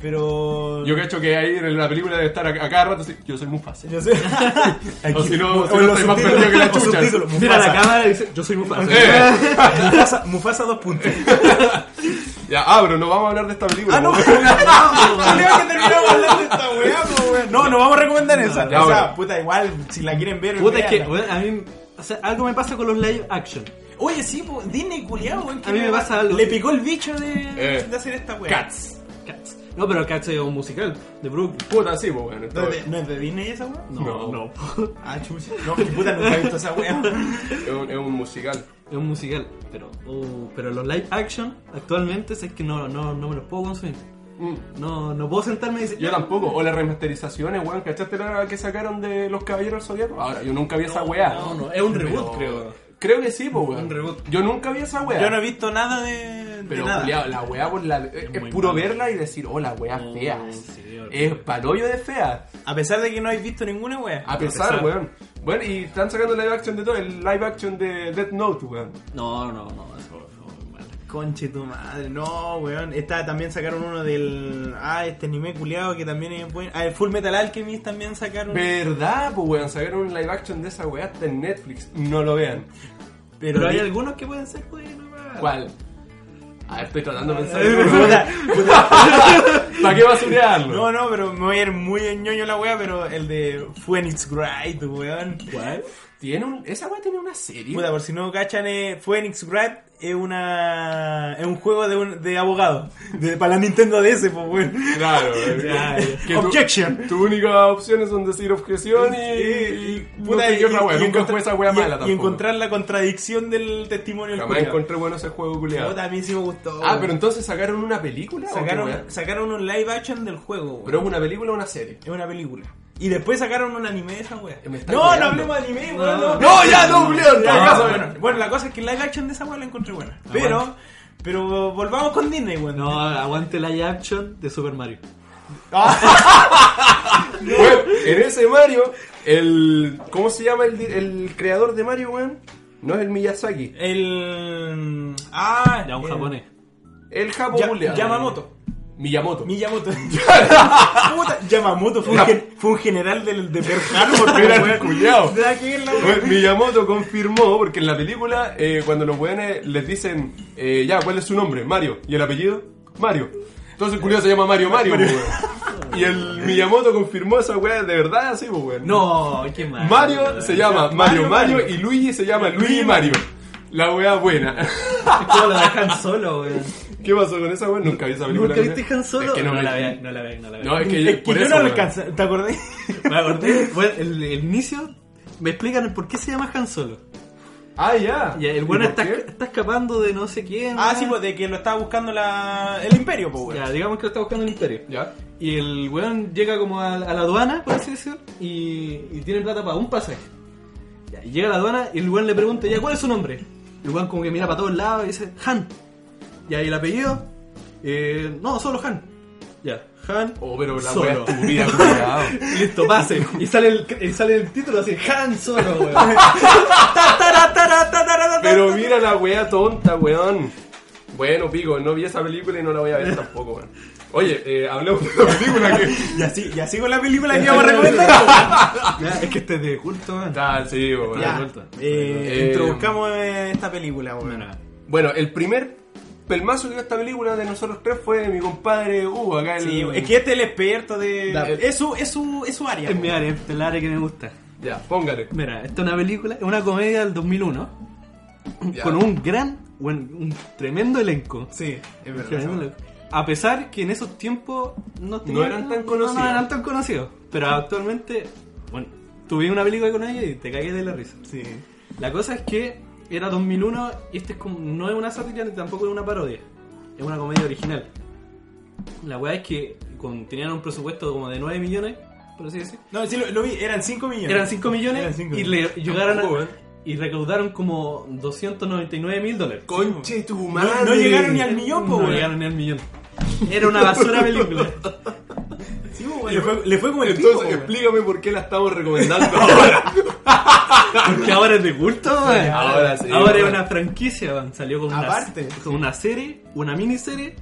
Pero... Yo cacho que ahí en la película debe estar a, a cada rato así, yo soy Mufasa. Yo sé. O si no- o si no los estoy más subtítulos, perdido que la o chucha. subtítulos, Mira la Mufasa. cámara y dice, yo soy muy fácil. Eh, Mufasa, Mufasa dos puntos. ya, ah, pero no vamos a hablar de esta película. Ah, no, no, po. creo que terminamos hablando de esta weá, po, weón. No, no vamos a recomendar esa. ya, o sea, bueno. puta, igual, si la quieren ver, Puta, es que, véanla. weón, a mí, o sea, algo me pasa con los live action. Oye, sí, po, Disney culiao, weón. que A mí me pasa algo. Le picó el bicho de, Eh. de hacer esta weá. Cats. Cats. No, pero Cats es un musical de Brooklyn. Puta, sí, pues, weón. ¿No estaba- es de, no es de Disney esa weá? No, No. no. Ah, chucha. No, que puta, nunca he visto esa weá. Es un, es un musical. Es un musical. Pero oh, pero los live action actualmente es que no, no, no me los puedo consumir. Mm. No, no puedo sentarme y decir. Yo tampoco. O las remasterizaciones, weón. ¿Cachaste la que sacaron de los Caballeros del Zodiaco? Ahora, yo nunca vi esa weá. No, no, es un Pero- reboot, creo. Creo que sí, pues, weón. Un reboot. Yo nunca vi esa weá. Yo no he visto nada de, de Pero nada. culiao, la weá por la- es, es muy puro malo. verla y decir, oh, la weá No, fea. Mm, sí, es horrible. palollo de fea. A pesar de que no he visto ninguna weá. A pesar, pesar. weón. Bueno, y están sacando live action de todo, el live action de Death Note, weón. No, no, no. Eso, eso, mal. Conche tu madre, no, weón. Está, también sacaron uno del. Ah, este anime culiado que también es bueno. Ah, el Full Metal Alchemist también sacaron. ¿Verdad, pues, weón? Sacaron un live action de esa weá hasta en Netflix. No lo vean. Pero, hay di- algunos que pueden ser buenos. weón. ¿Cuál? A ver, estoy tratando de pensar. Puta, ¿Para qué basurearlo? No, no, pero me voy a ir muy en ñoño la weá, pero el de Phoenix Wright, weón. ¿Cuál? Tiene un, esa weá tiene una serie. Puta, por si no cachan, eh, Phoenix Wright es una. es un juego de, un, de abogado. De, para la Nintendo DS, pues weón. Claro, Ya, que- ya. que tu- Objection. Tu, única opción es un decir objeción y. y, Y- puta, no sé qué y- otra wea, y Nunca encontra- fue esa wea y- mala tampoco. Y encontrar la contradicción del testimonio del Jamás culiao. encontré bueno ese juego culiado. Puta, a mí sí me gustó. Ah, weón. pero entonces sacaron una película. ¿o qué wea? Sacaron, sacaron un live action del juego, weón. Pero es una película o una serie. Es una película. Y después sacaron un anime de esa weá. Me está No, cagando. no hablemos de anime, weón. No. No, ya, Ah, no, Julián, Ya, no, ya, no, bueno, no. bueno, la cosa es que el live action de esa weá la encontré buena. Pero, pero volvamos con Disney, weón. No, aguante la live action de Super Mario. Weón, en ese Mario, el. ¿Cómo se llama el, di- el creador de Mario, weón? No es el Miyazaki. El. Ah, Ya un Eh, el- japonés. El Japo Ya- culiao. Yamamoto. Miyamoto. Miyamoto. Puta, Yamamoto fue un, gen- fue un general del, de Pearl Harbor, Era el weón. culiao. Nada que ver la weá. Bueno, Miyamoto confirmó, porque en la película, eh, cuando los weones les dicen, eh, ya, ¿cuál es su nombre? Mario. ¿Y el apellido? Mario. Entonces el culiao se llama Mario Mario, weón. Y el Miyamoto confirmó esa weá de verdad, así, pues, weón. No, qué mal. Mario se llama Mario Mario, Mario, Mario. y Luigi se llama Luigi Mario. La weá buena. ¿Cómo lo dejan solo, weón? ¿Qué pasó con esa weá? Nunca vi esa película. ¿Nunca viste weón. Han Solo? Es que no, me- la vean, no la vean, no la vean. No, es que, Es que por yo eso, no lo weón. alcanza, ¿te acordás? Me acordé, bueno, el, el inicio me explican el por qué se llama Han Solo. Ah, ya. Y el bueno bueno está, está escapando de no sé quién. Ah, weón. sí, pues de que lo estaba buscando la... el Imperio, pues, weón. Ya, digamos que lo está buscando el imperio. Ya. Y el weón llega como a, a la aduana, por así decirlo, y, y tiene plata para un pasaje. Ya, y llega a la aduana y el weón le pregunta, ya, ¿cuál es su nombre? El weón como que mira para todos lados y dice, Han. Ya, ¿y el apellido? Eh, no, solo Han. Ya, Han. Oh, pero la weá solo. estúpida, culiao. Listo, pase. Y sale el, y sale el título así, Han solo, weón. Ah, Pero mira la wea tonta, weón. Bueno, pico, no vi esa película y no la voy a ver tampoco, weón. Oye, eh, hablemos de la película que. Y así, y así con la película que íbamos a recomendar. Ya, es que este es de culto, weón. Ah, sí, weón. Ya, eh, Eh, introduzcamos eh, esta película, weón. Bueno, el primer pelmazo que dio esta película de nosotros tres fue mi compadre Hugo, acá el. Sí, weón. es que este es el experto de... Da- Es su, es su, es su área, Es mi weón. área, es el área que me gusta. Ya, póngale. Mira, esta es una película, es una comedia del 2001. Ya. con un gran, buen- un tremendo elenco. Sí, es verdad. Tremendo esa weón. elenco. A pesar que en esos tiempos no, tenían- eran tan no- conocidos. no eran tan conocidos. Pero actualmente, bueno, tuve una película con ella y te cagué de la risa. Sí. La cosa es que era 2001 y este es como, no es una sátira ni tampoco es una parodia. Es una comedia original. La weá es que con- tenían un presupuesto como de 9 millones, por así decir. No, sí, lo, lo vi, eran 5 millones. Eran 5 millones Eran cinco y millones. le llegaron a- Tampoco, ¿eh? y recaudaron como 299 mil dólares. Conche tu madre. No, no llegaron ni al millón, po, No weón. llegaron ni al millón. Era una basura película. Sí, weón, le, fue, le fue como el pico, Entonces, weón. explícame por qué la estamos recomendando ahora. Porque ahora es de culto, weón. ahora sí, Ahora es weón. una franquicia, weón. Salió con una, Aparte. con una serie, una miniserie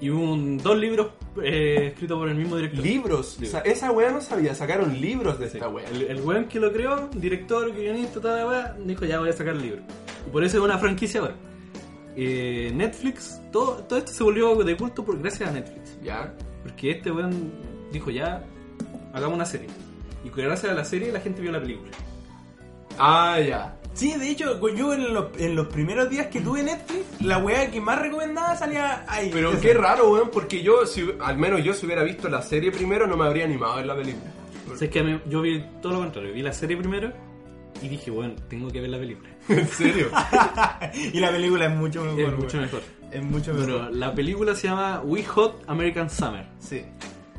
y un, dos libros eh, escritos por el mismo director. libros. O sea, esa wea no sabía, sacaron libros de esta wea. El, el weón que lo creó, director, guionista, toda la weá, dijo ya voy a sacar el libro. Y por eso es una franquicia ahora. Eh, Netflix, todo, todo esto se volvió de culto por gracias a Netflix. Ya. Porque este weón dijo ya, hagamos una serie. Y gracias a la serie la gente vio la película. Ah, ya. Sí, de hecho, güey, yo en los, en los primeros días que tuve Netflix, la weá que más recomendada salía ahí. Pero Esa. qué raro, weón, porque yo, si, al menos yo si hubiera visto la serie primero, no me habría animado a ver la película. O sea, es que a mí- yo vi todo lo contrario. Vi la serie primero y dije, bueno, tengo que ver la película. ¿En serio? Y la película es mucho mejor. es güey. mucho mejor. Es mucho mejor. Pero la película se llama We Hot American Summer. Sí.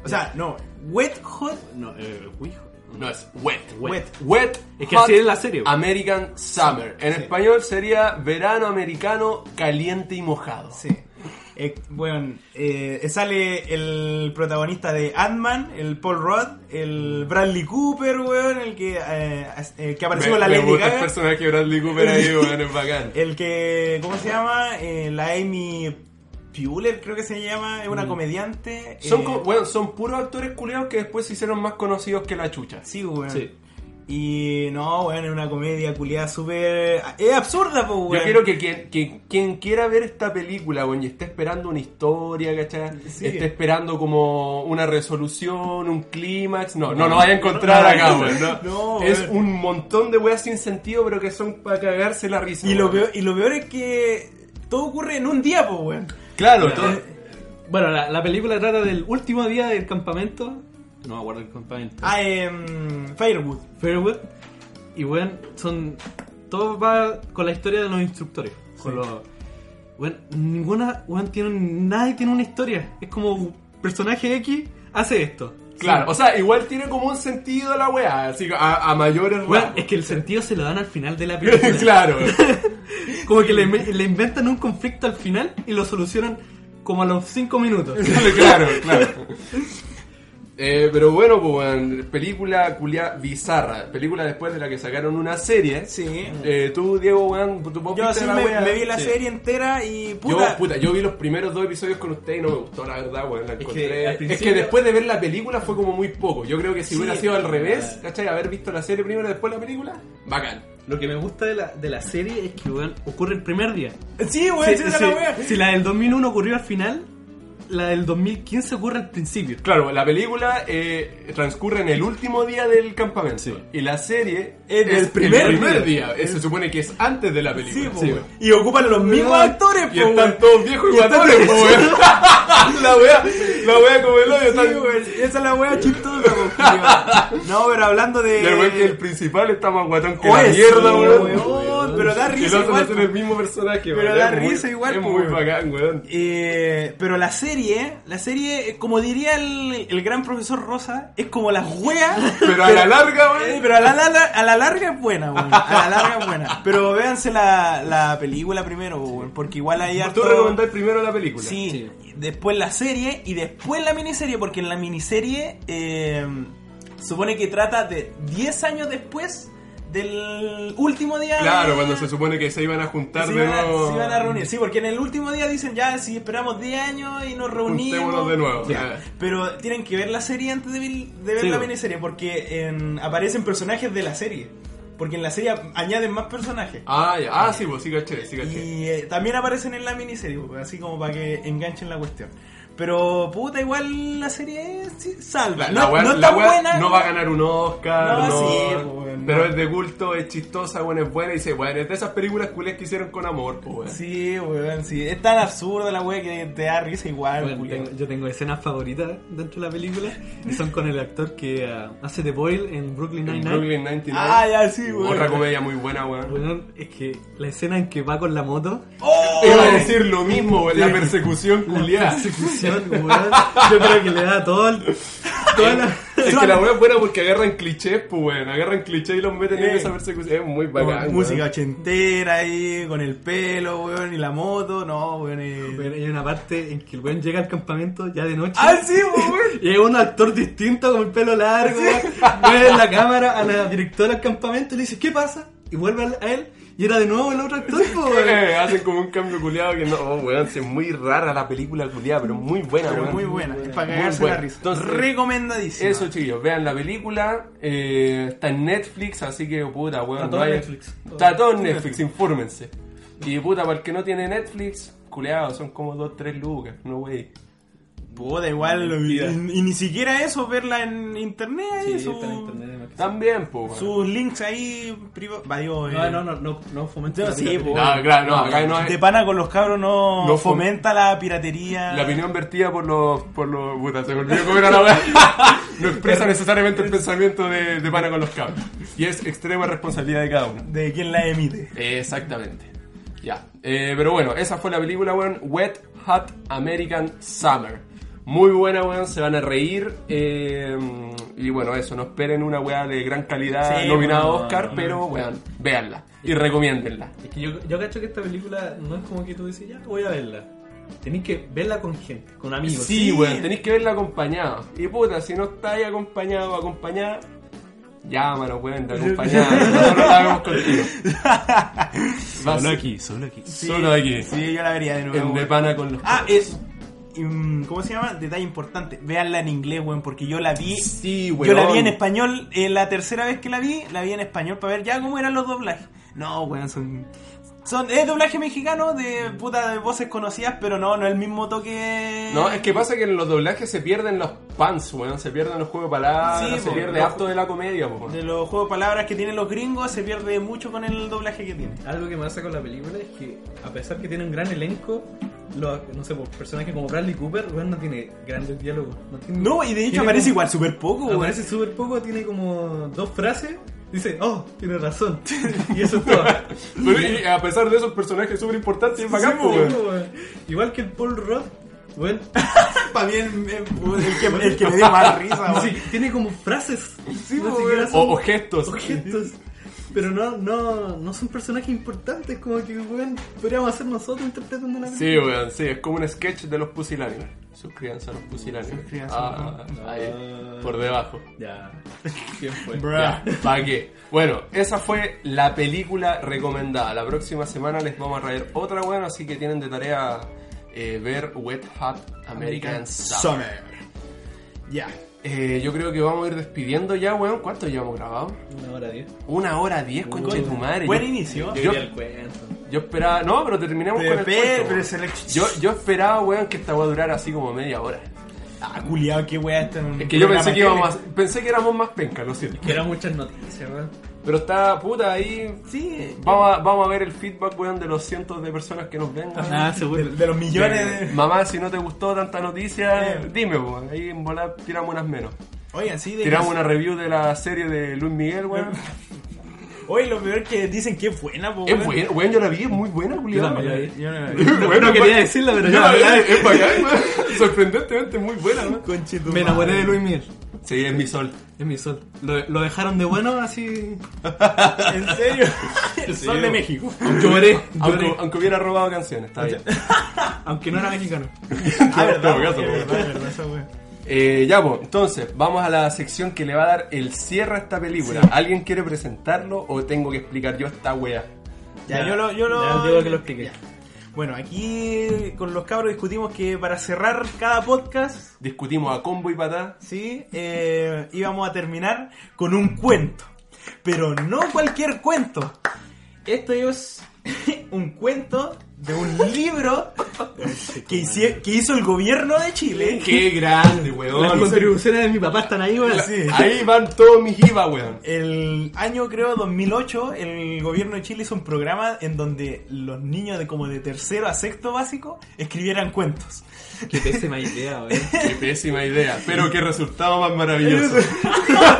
O sea, no. Wet Hot. No, eh, We Hot. No, es wet. Wet. Wet. Wet. Es que Hot así es la serie, weón. American Summer. En Sí. español sería verano americano caliente y mojado. Sí. Eh, bueno, eh, sale el protagonista de Ant-Man, el Paul Rudd, el Bradley Cooper, weón, el que, eh, as- el que apareció me, con la me Lady gusta el Gaga. personaje de Bradley Cooper ahí, weón, es bacán. El que, ¿cómo se llama? Eh, la Amy Puller, creo que se llama, es una comediante. Mm. Son, eh, co- weón, son puros actores culeados que después se hicieron más conocidos que la chucha. Sí, pues, weón. Sí. Y no, weón, es una comedia culiada súper... Es absurda, pues, weón. Yo quiero que quien, que quien quiera ver esta película, weón, y esté esperando una historia, ¿cachai? Sí. Esté esperando como una resolución, un clímax. No, no, no vaya a encontrar No, acá, no, weón. No. no, es weón. un montón de weas sin sentido, pero que son para cagarse la risa. Y lo, weón. peor, y lo peor es que todo ocurre en un día, pues, weón. Claro, todo- Bueno, la, la película trata del último día del campamento. No me acuerdo el campamento. Ah, em, Firewood. Fairwood. Y bueno, son. Todo va con la historia de los instructores. Con los. Bueno, ninguna. Bueno, tiene, nadie tiene una historia. Es como personaje X hace esto. claro. O sea, igual tiene como un sentido la wea, así que a, a mayores Bueno, rasgos. es que el sentido se lo dan al final de la película. claro. Como que le, le inventan un conflicto al final y lo solucionan como a los 5 minutos. claro, claro. Eh, pero bueno, pues, weón, película culia bizarra. Película después de la que sacaron una serie. Sí. Eh, tú, Diego, weón, tú- vos Yo viste así la me, wea. me vi la Sí. serie entera y Yo, puta. puta, yo vi los primeros dos episodios con usted y no me gustó, la verdad, weón. La que encontré- al Es, que, principio- después de ver la película fue como muy poco. Yo creo que si Sí. hubiera sido al revés, ¿cachai? Haber visto la serie primero y después la película, bacán. Lo que me gusta de la, de la serie es que weón, ocurre el primer día. Sí, weón, Si, esa era si- la wea. si la del 2001 ocurrió al final, la del 2015 ocurre al principio. Claro, la película eh, transcurre en el último día del campamento. Y la serie En el es el primer primer día. día. Eh, Se supone que es antes de la Sí, película. po, Sí, weón. weón. Y ocupan los mismos actores, y po, están weón. todos viejos y Y están guatones, po, weón. La wea, la wea como el hoyo. Sí, están- weón, Esa es la wea chistosa, po, culiao. No, pero hablando de. Y el weón que el principal está más guatón que Oye, la mierda, sí, weón. weón, pero da Y risa el otro igual, es po. el mismo personaje, Pero weón. da Es muy- risa igual, Es po, muy weón. bacán, weón. Eh, pero la serie, la serie, eh, como diría el, el gran profesor Rosa, es como las weas. Pero a la larga, weón. Eh, pero a la, la- la- a la larga es buena, weón. A la larga es buena. Pero véanse la, la película primero, weón, porque igual hay Tú harto- recomendás primero la película. Sí, después la serie y después la miniserie, porque en la miniserie eh, supone que trata de 10 años después del último día. Claro, de- cuando se supone que se iban a juntar se de iban, a, nuevo. se iban a reunir. Sí, porque en el último día dicen ya, si esperamos 10 años y nos reunimos. Juntémonos de nuevo. Ya. Pero tienen que ver la serie antes de, vi- de ver Sí, la bueno. miniserie, porque en- aparecen personajes de la serie. Porque en la serie añaden más personajes. Ah, ya. Ah, sí, pues sí, caché, sí, caché. Eh, Y eh, también aparecen en la miniserie, pues, así como para que enganchen la cuestión. Pero puta, igual la serie es- sí, La, salva. no, la wea- no es la tan wea buena. no va a ganar un Oscar, No, no, sí, pues, bueno, pero no. es de culto, es chistosa, bueno, es buena y dice, bueno, es de esas películas culés que hicieron con amor, pues, bueno. Sí, weón, sí. Es tan absurda la wea que te da risa igual, Bueno, culiao. tengo- yo tengo escenas favoritas dentro de la película y son con el actor que ah, hace de Boyle en Brooklyn En Nine-Nine. Brooklyn 99. Ah, ya, sí, weón. Otra comedia muy buena, weón. Bueno, es que la escena en que va con la moto, ¡Oh! Te Iba a decir lo mismo, weón, la persecución culiada. persecución, weón, yo creo que le da todo el, toda la- Es que la wea es buena porque agarran clichés, pues, weón. Agarran clichés y los meten en Eh. esa persecución. Es muy Con bacán. weón. música ochentera ahí, con el pelo, weón, y la moto, no, weón. eh. Bueno, hay una parte en que el weón llega al campamento ya de noche. Ah, sí, weón. Y es un actor distinto con el pelo largo. Ve en la cámara a la directora del campamento y le dice, ¿qué pasa? Y vuelve al- a él. Y era de nuevo el otro actor. po, weón. Eh, hacen como un cambio culiado que no, oh, weón, sí, es muy rara la película culiada, pero muy buena, Pero weón. muy buena, es para Muy cagarse buena. la risa. Entonces, Recomendadísima. Eso, chicos, vean la película. eh, está en Netflix, así que puta, weón. Está todo no en hay- Netflix. Está todo en Netflix, infórmense. Y puta, para el que no tiene Netflix, culeado, son como 2-3 lucas, no wey. Puta, igual. Mentira. Y, y ni siquiera eso, verla en internet. Sí, eso. está en internet. además que sí. También, pues. weón. Sus links ahí privados. No, no, no, no, no fomenta Yo la sí, piratería. po. No, Ah, claro, no, acá no De es. pana con los cabros no, No fom- fomenta la piratería. La opinión vertida por los. por los. puta, se me olvidó cómo era la weá. No expresa necesariamente el pensamiento de, de pana con los cabros. Y es extrema responsabilidad de cada uno. de quien la emite. Exactamente. Ya. Eh, pero bueno, esa fue la película, weón. Wet Hot American Summer. Muy buena, weón. Se van a reír. eh, y bueno, eso. No esperen una weá de gran calidad Sí, nominada bueno, a Oscar, no, no, pero no. weón, véanla. Y recomiéndenla. Es que yo, yo cacho que esta película no es como que tú dices, ya voy a verla. Tenéis que verla con gente, con amigos. Sí, sí. weón, tenéis que verla acompañado. Y puta, si no estáis acompañado o acompañada, llámanos, weón, de acompañada. Nosotros la vemos contigo. Va a ser- solo aquí. Solo aquí. Sí, yo la vería de nuevo. En de weón. pana con los Ah, cabros. es. mm, ¿Cómo se llama? Detalle importante. Veanla en inglés, weón, porque yo la vi. Sí, Yo weón. la vi en español. eh, la tercera vez que la vi, la vi en español para ver ya cómo eran los doblajes. No, weón, son. Son, es doblaje mexicano de puta de voces conocidas, pero no, no es el mismo toque. No, es que pasa que en los doblajes se pierden los pants, weón, se pierden los juegos de palabras, Sí, se po, pierde los- harto de la comedia, po, weón. De los juegos de palabras que tienen los gringos, se pierde mucho con el doblaje que tiene. Algo que me pasa con la película es que, a pesar que tiene un gran elenco, los, no sé, por personajes como Bradley Cooper, weón, no tiene grandes diálogos. No, tiene- No, y de hecho tiene aparece como- igual súper poco, weón. Aparece súper poco, tiene como dos frases, dice, oh, tiene razón. y eso es todo. Pero, y a pesar de esos personajes súper importantes, es bacán, po, Sí, weón. weón. Igual que el Paul Roth, weón, Para mí el, el- el que, el que me dio más risa, ni Ah, weón. si- tiene como frases. Sí, no po, siquiera weón. O, son- o gestos. objetos. Pero no, no, no son personajes importantes como que weón, podríamos hacer nosotros interpretando la Sí, weón, sí, es como un sketch de los pusilánimes. Suscríbanse a los pusilánimes. Suscríbanse, Ah, ¿no? ahí, Ah. por debajo. Ya. ¿Quién fue? Ya, ¿Para qué? Bueno, esa fue la película recomendada. La próxima semana les vamos a traer otra buena, así que tienen de tarea eh, ver Wet Hot American Summer. Ya. Eh, yo creo que vamos a ir despidiendo ya, weón. ¿Cuánto llevamos grabado? Una hora diez. Una hora diez, concha de tu madre. Buen Yo- inicio. Yo- Yo el cuento. Yo esperaba... No, pero terminamos Pero, con el cuento, pero, weón. se le- yo, yo esperaba, weón, que esta va a durar así como media hora. Ah, culiado, qué weá está en un Es que yo programa pensé que de íbamos... tele. a- Pensé que éramos más pencas, lo siento. Que eran muchas noticias, weón. Pero está, puta, ahí... Sí. Vamos a, vamos a ver el feedback, weón, de los cientos de personas que nos vengan. De, de los millones de... Mamá, si no te gustó tanta noticia, Eh. dime, weón. Ahí en volar tiramos unas menos. Oigan, sí, de Tiramos una review de la serie de Luis Miguel, weón. Oye, lo peor que dicen que es buena, po, Es weón. buena, weón, yo la vi, es muy buena, culiado. también la vi. Yo no la vi. Bueno, no quería pa- decirla, pero yo ya la la verdad vi. es bacán, weón. Sorprendentemente muy buena, weón. Conche tu Me enamoré madre. de Luis Miguel. Sí, es mi sol. Es mi sol. Lo, lo dejaron de bueno así. ¿En serio? El Sí, sol de weón. México. Lloré, Aunque, lloré. aunque hubiera robado canciones, está bien. Aunque no era mexicano. Ah, verdad, Todo weón, caso, es weón. verdad, es verdad, esa weá. Eh, ya, pues, entonces, vamos a la sección que le va a dar el cierre a esta película. ¿Alguien quiere presentarlo o tengo que explicar yo esta wea? Ya, yo lo... Yo lo... Ya, digo que lo expliqué. Ya. Bueno, aquí con los cabros discutimos que para cerrar cada podcast Discutimos a combo y patada. ¿sí? Eh, íbamos a terminar con un cuento. Pero no cualquier cuento. Esto es un cuento de un libro que, hici- que hizo el gobierno de Chile. ¡Qué grande, Las weón! contribuciones de mi papá están ahí, weón. Sí. Ahí van todos mis IVA, weón. El año creo 2008 el gobierno de Chile hizo un programa en donde los niños de como de tercero a sexto básico escribieran cuentos. Qué pésima idea, weón. Qué pésima idea, pero qué resultado más maravilloso.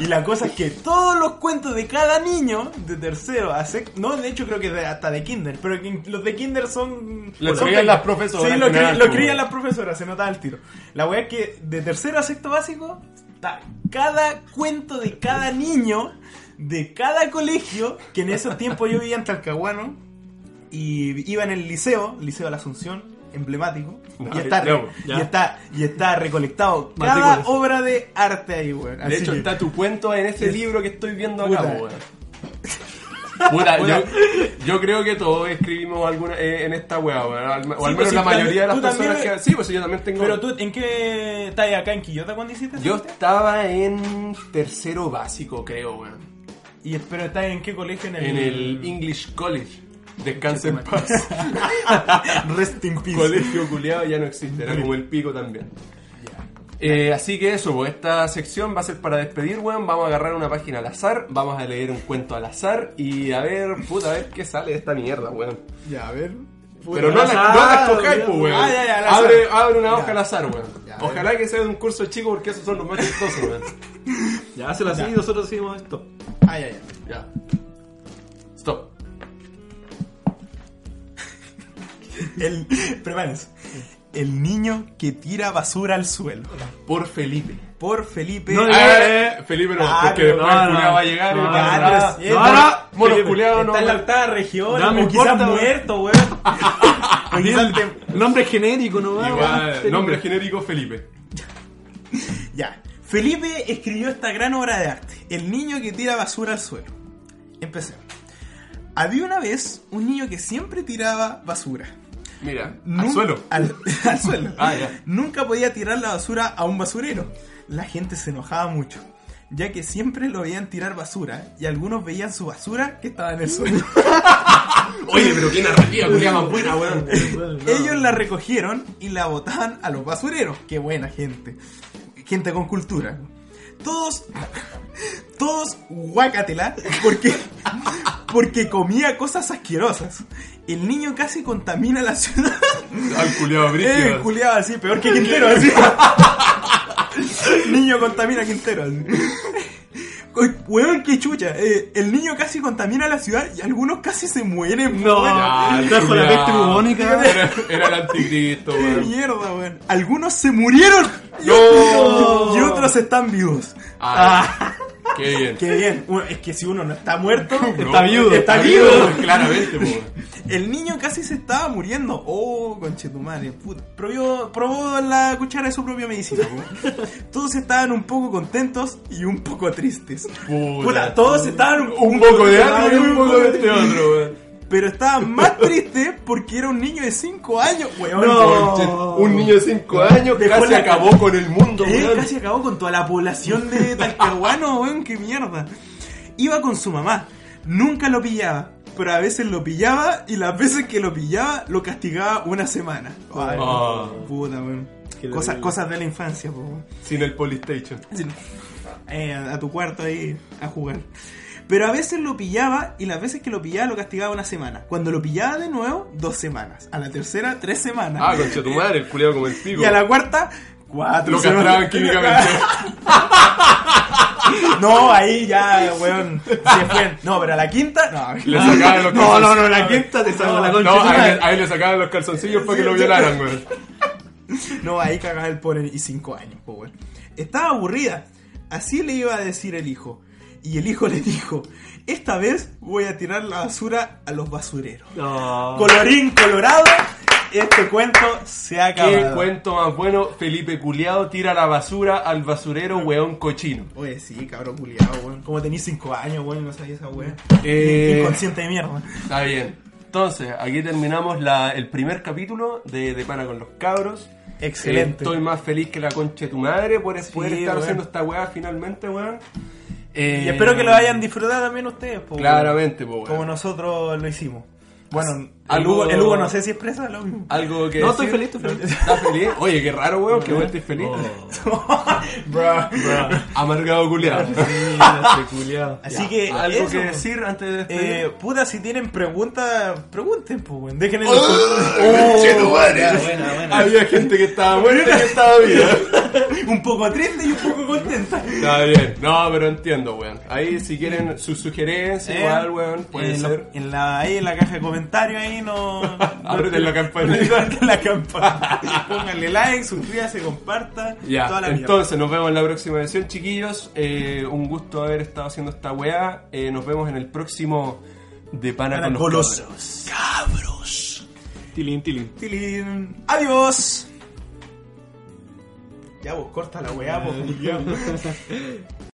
Y la cosa es que todos los cuentos de cada niño, de tercero a sexto, no, de hecho creo que de- hasta de kinder, pero que los de kinder son... Lo son escribían de- las profesoras, Sí, lo, nada, escri- tú. lo escribían las profesoras, se notaba el tiro. La wea es que de tercero a sexto básico, ta- cada cuento de cada niño, de cada colegio, que en esos tiempos yo vivía en Talcahuano, y iba en el liceo, Liceo de la Asunción, emblemático, No, y, está, no, ya. y está y está recolectado cada Matrículas. obra de arte ahí, weón. De Así hecho, que- está tu cuento en este libro que estoy viendo acá, Puta. po, weón. Puta, Puta. yo, yo creo que todos escribimos alguna eh, en esta weá, weón. Al- O al Sí, menos pues, sí, la mayoría de las tú también- personas que. Sí, pues yo también tengo. Pero tú, ¿en qué estás acá en Quillota cuando hiciste Yo eso? estaba en tercero básico, creo, weón. Y espero estás en qué colegio en el. En el English College. Descansa en paz. Rest in peace. Colegio culiado ya no existe, era como el pico también. Eh, así que eso, pues, esta sección va a ser para despedir, weón. Vamos a agarrar una página al azar, vamos a leer un cuento al azar y a ver, puta, a ver qué sale de esta mierda, weón. Ya, a ver. Puta, Pero no al la, azar, no la escojáis, ya, pues, weón. ah, ya, ya, al azar. abre, abre una hoja Ya. al azar, weón. Ya, a ver. Ojalá que sea de un curso chico porque esos son los más chistosos, weón. Ya, hazlo así y nosotros hicimos esto. Ay, ay, ay. Ya. Stop. El, prepárense. El niño que tira basura al suelo. Por Felipe. Por Felipe. No, Ah, ya, Eh, Felipe no, Ah, porque pero después no, el no, culiao va a llegar y no, va a no, decir, no, "Ah, no, ah, no, mono está culiao, no, Está en la weón". octava región. No me o quizás importa, weón. muerto, weón. O quizás te- Nombre genérico, no va. Igual, nombre genérico Felipe. Ya. Felipe escribió esta gran obra de arte, El niño que tira basura al suelo. Empecemos. Había una vez un niño que siempre tiraba basura. Mira, al Nun- suelo. Al, al suelo. Ah, ya. Nunca podía tirar la basura a un basurero. La gente se enojaba mucho, ya que siempre lo veían tirar basura y algunos veían su basura que estaba en el suelo. Oye, pero qué narrativa, culiao más buena, weón. Ellos la recogieron y la botaban a los basureros. Qué buena gente. Gente con cultura. Todos, todos guácatela porque, porque comía cosas asquerosas. El niño casi contamina la ciudad. Al culiao Eh, brígido. culiado así, peor que Quintero así. niño contamina a Quintero así. Uy, Weón, qué chucha. eh, el niño casi contamina la ciudad y algunos casi se mueren. No, weón. Ya, el trajo la culiao. peste bubónica. Era, era el anticristo, ¡Qué weón. mierda, weón! Algunos se murieron y, ¡No! y otros están vivos. Ah, qué bien. Qué bien. Bueno, es que si uno no está muerto, No, está viudo. Está vivo. Claramente, po, weón. El niño casi se estaba muriendo. Oh, conchetumare. put- Probó, probó la cuchara de su propia medicina. weón. Todos estaban un poco contentos y un poco tristes. Puta. Puta, todos estaban Un poco de algo y un poco de este otro, weón. Pero estaban más tristes porque era un niño de 5 años, weón. Conche- Un niño de 5 años Dejó casi la- acabó con el mundo, Eh, weón. casi acabó con toda la población de Talcahuano, weón, qué mierda. Iba con su mamá, nunca lo pillaba, pero a veces lo pillaba y las veces que lo pillaba lo castigaba una semana. Ay, Ah. puta, weón. Qué Cosas, terrible. cosas de la infancia, po, weón. Sin el Polystation. Eh, a, a tu cuarto ahí a jugar. Pero a veces lo pillaba y las veces que lo pillaba lo castigaba una semana. Cuando lo pillaba de nuevo, dos semanas. A la tercera, tres semanas. Ah, concha tu madre, el culiado como el pico. y a la cuarta, cuatro Lo semanas. castraban químicamente. No, ahí ya, weón. Se fue. No, pero a la quinta. No, Le sacaban los no, no, no, la calzoncillos. quinta te sacó la concha. No, No, ahí, le- ahí le sacaban los calzoncillos para que lo violaran, weón. no, ahí cagaba el pobre y cinco años, po, weón. Estaba aburrida. Así le iba a decir el hijo. Y el hijo le dijo: Esta vez voy a tirar la basura a los basureros. Ah. No. Colorín colorado, este cuento se ha Qué acabado. cuento más bueno, Felipe Culiado tira la basura al basurero weón cochino. Oye, sí, cabrón culiado, weón. Como tenís cinco años, weón, no sabía esa weón. Eh. Inconsciente de mierda. Está bien. Entonces, aquí terminamos la- el primer capítulo de, de Pana con los Cabros. Excelente. Eh, estoy más feliz que la concha de tu madre por poder Sí, estar weón. haciendo esta weá finalmente, weón. Y Eh, espero que lo hayan disfrutado también ustedes, po, weón. Claramente, po, weón. como nosotros lo hicimos. Bueno, el Algo- Hugo, el Hugo no sé si expresa lo mismo. Algo que No, estoy decir? feliz, estoy feliz. ¿Estás feliz? Oye, qué raro, weón, que no estés feliz. Amargado culiado. este Así que, Algo eso, que po. decir antes de despedir. Eh, puta, si tienen preguntas, pregunten, pues, weón. Dejen en los Oh, Oh. Buena, buena. Había gente que estaba muerta y que estaba viva. Un poco triste y un poco contenta. Está bien. No, pero entiendo, weón. Ahí si quieren sus sugerencias, Eh, igual, weón, puede en, lo- ser. en la, ahí en la caja de comentarios, ahí no. Aprieten la campanita. Aprieten la campanita. Pónganle like, suscríbase, comparta. Ya, toda la mierda. entonces nos vemos en la próxima edición, chiquillos. Eh, un gusto haber estado haciendo esta weá. Eh, nos vemos en el próximo de Pana Para con los Cabros. golosos. Cabros. Tilín, tilín. Tilín. Adiós. Ya vos corta la weá, vos. culiao.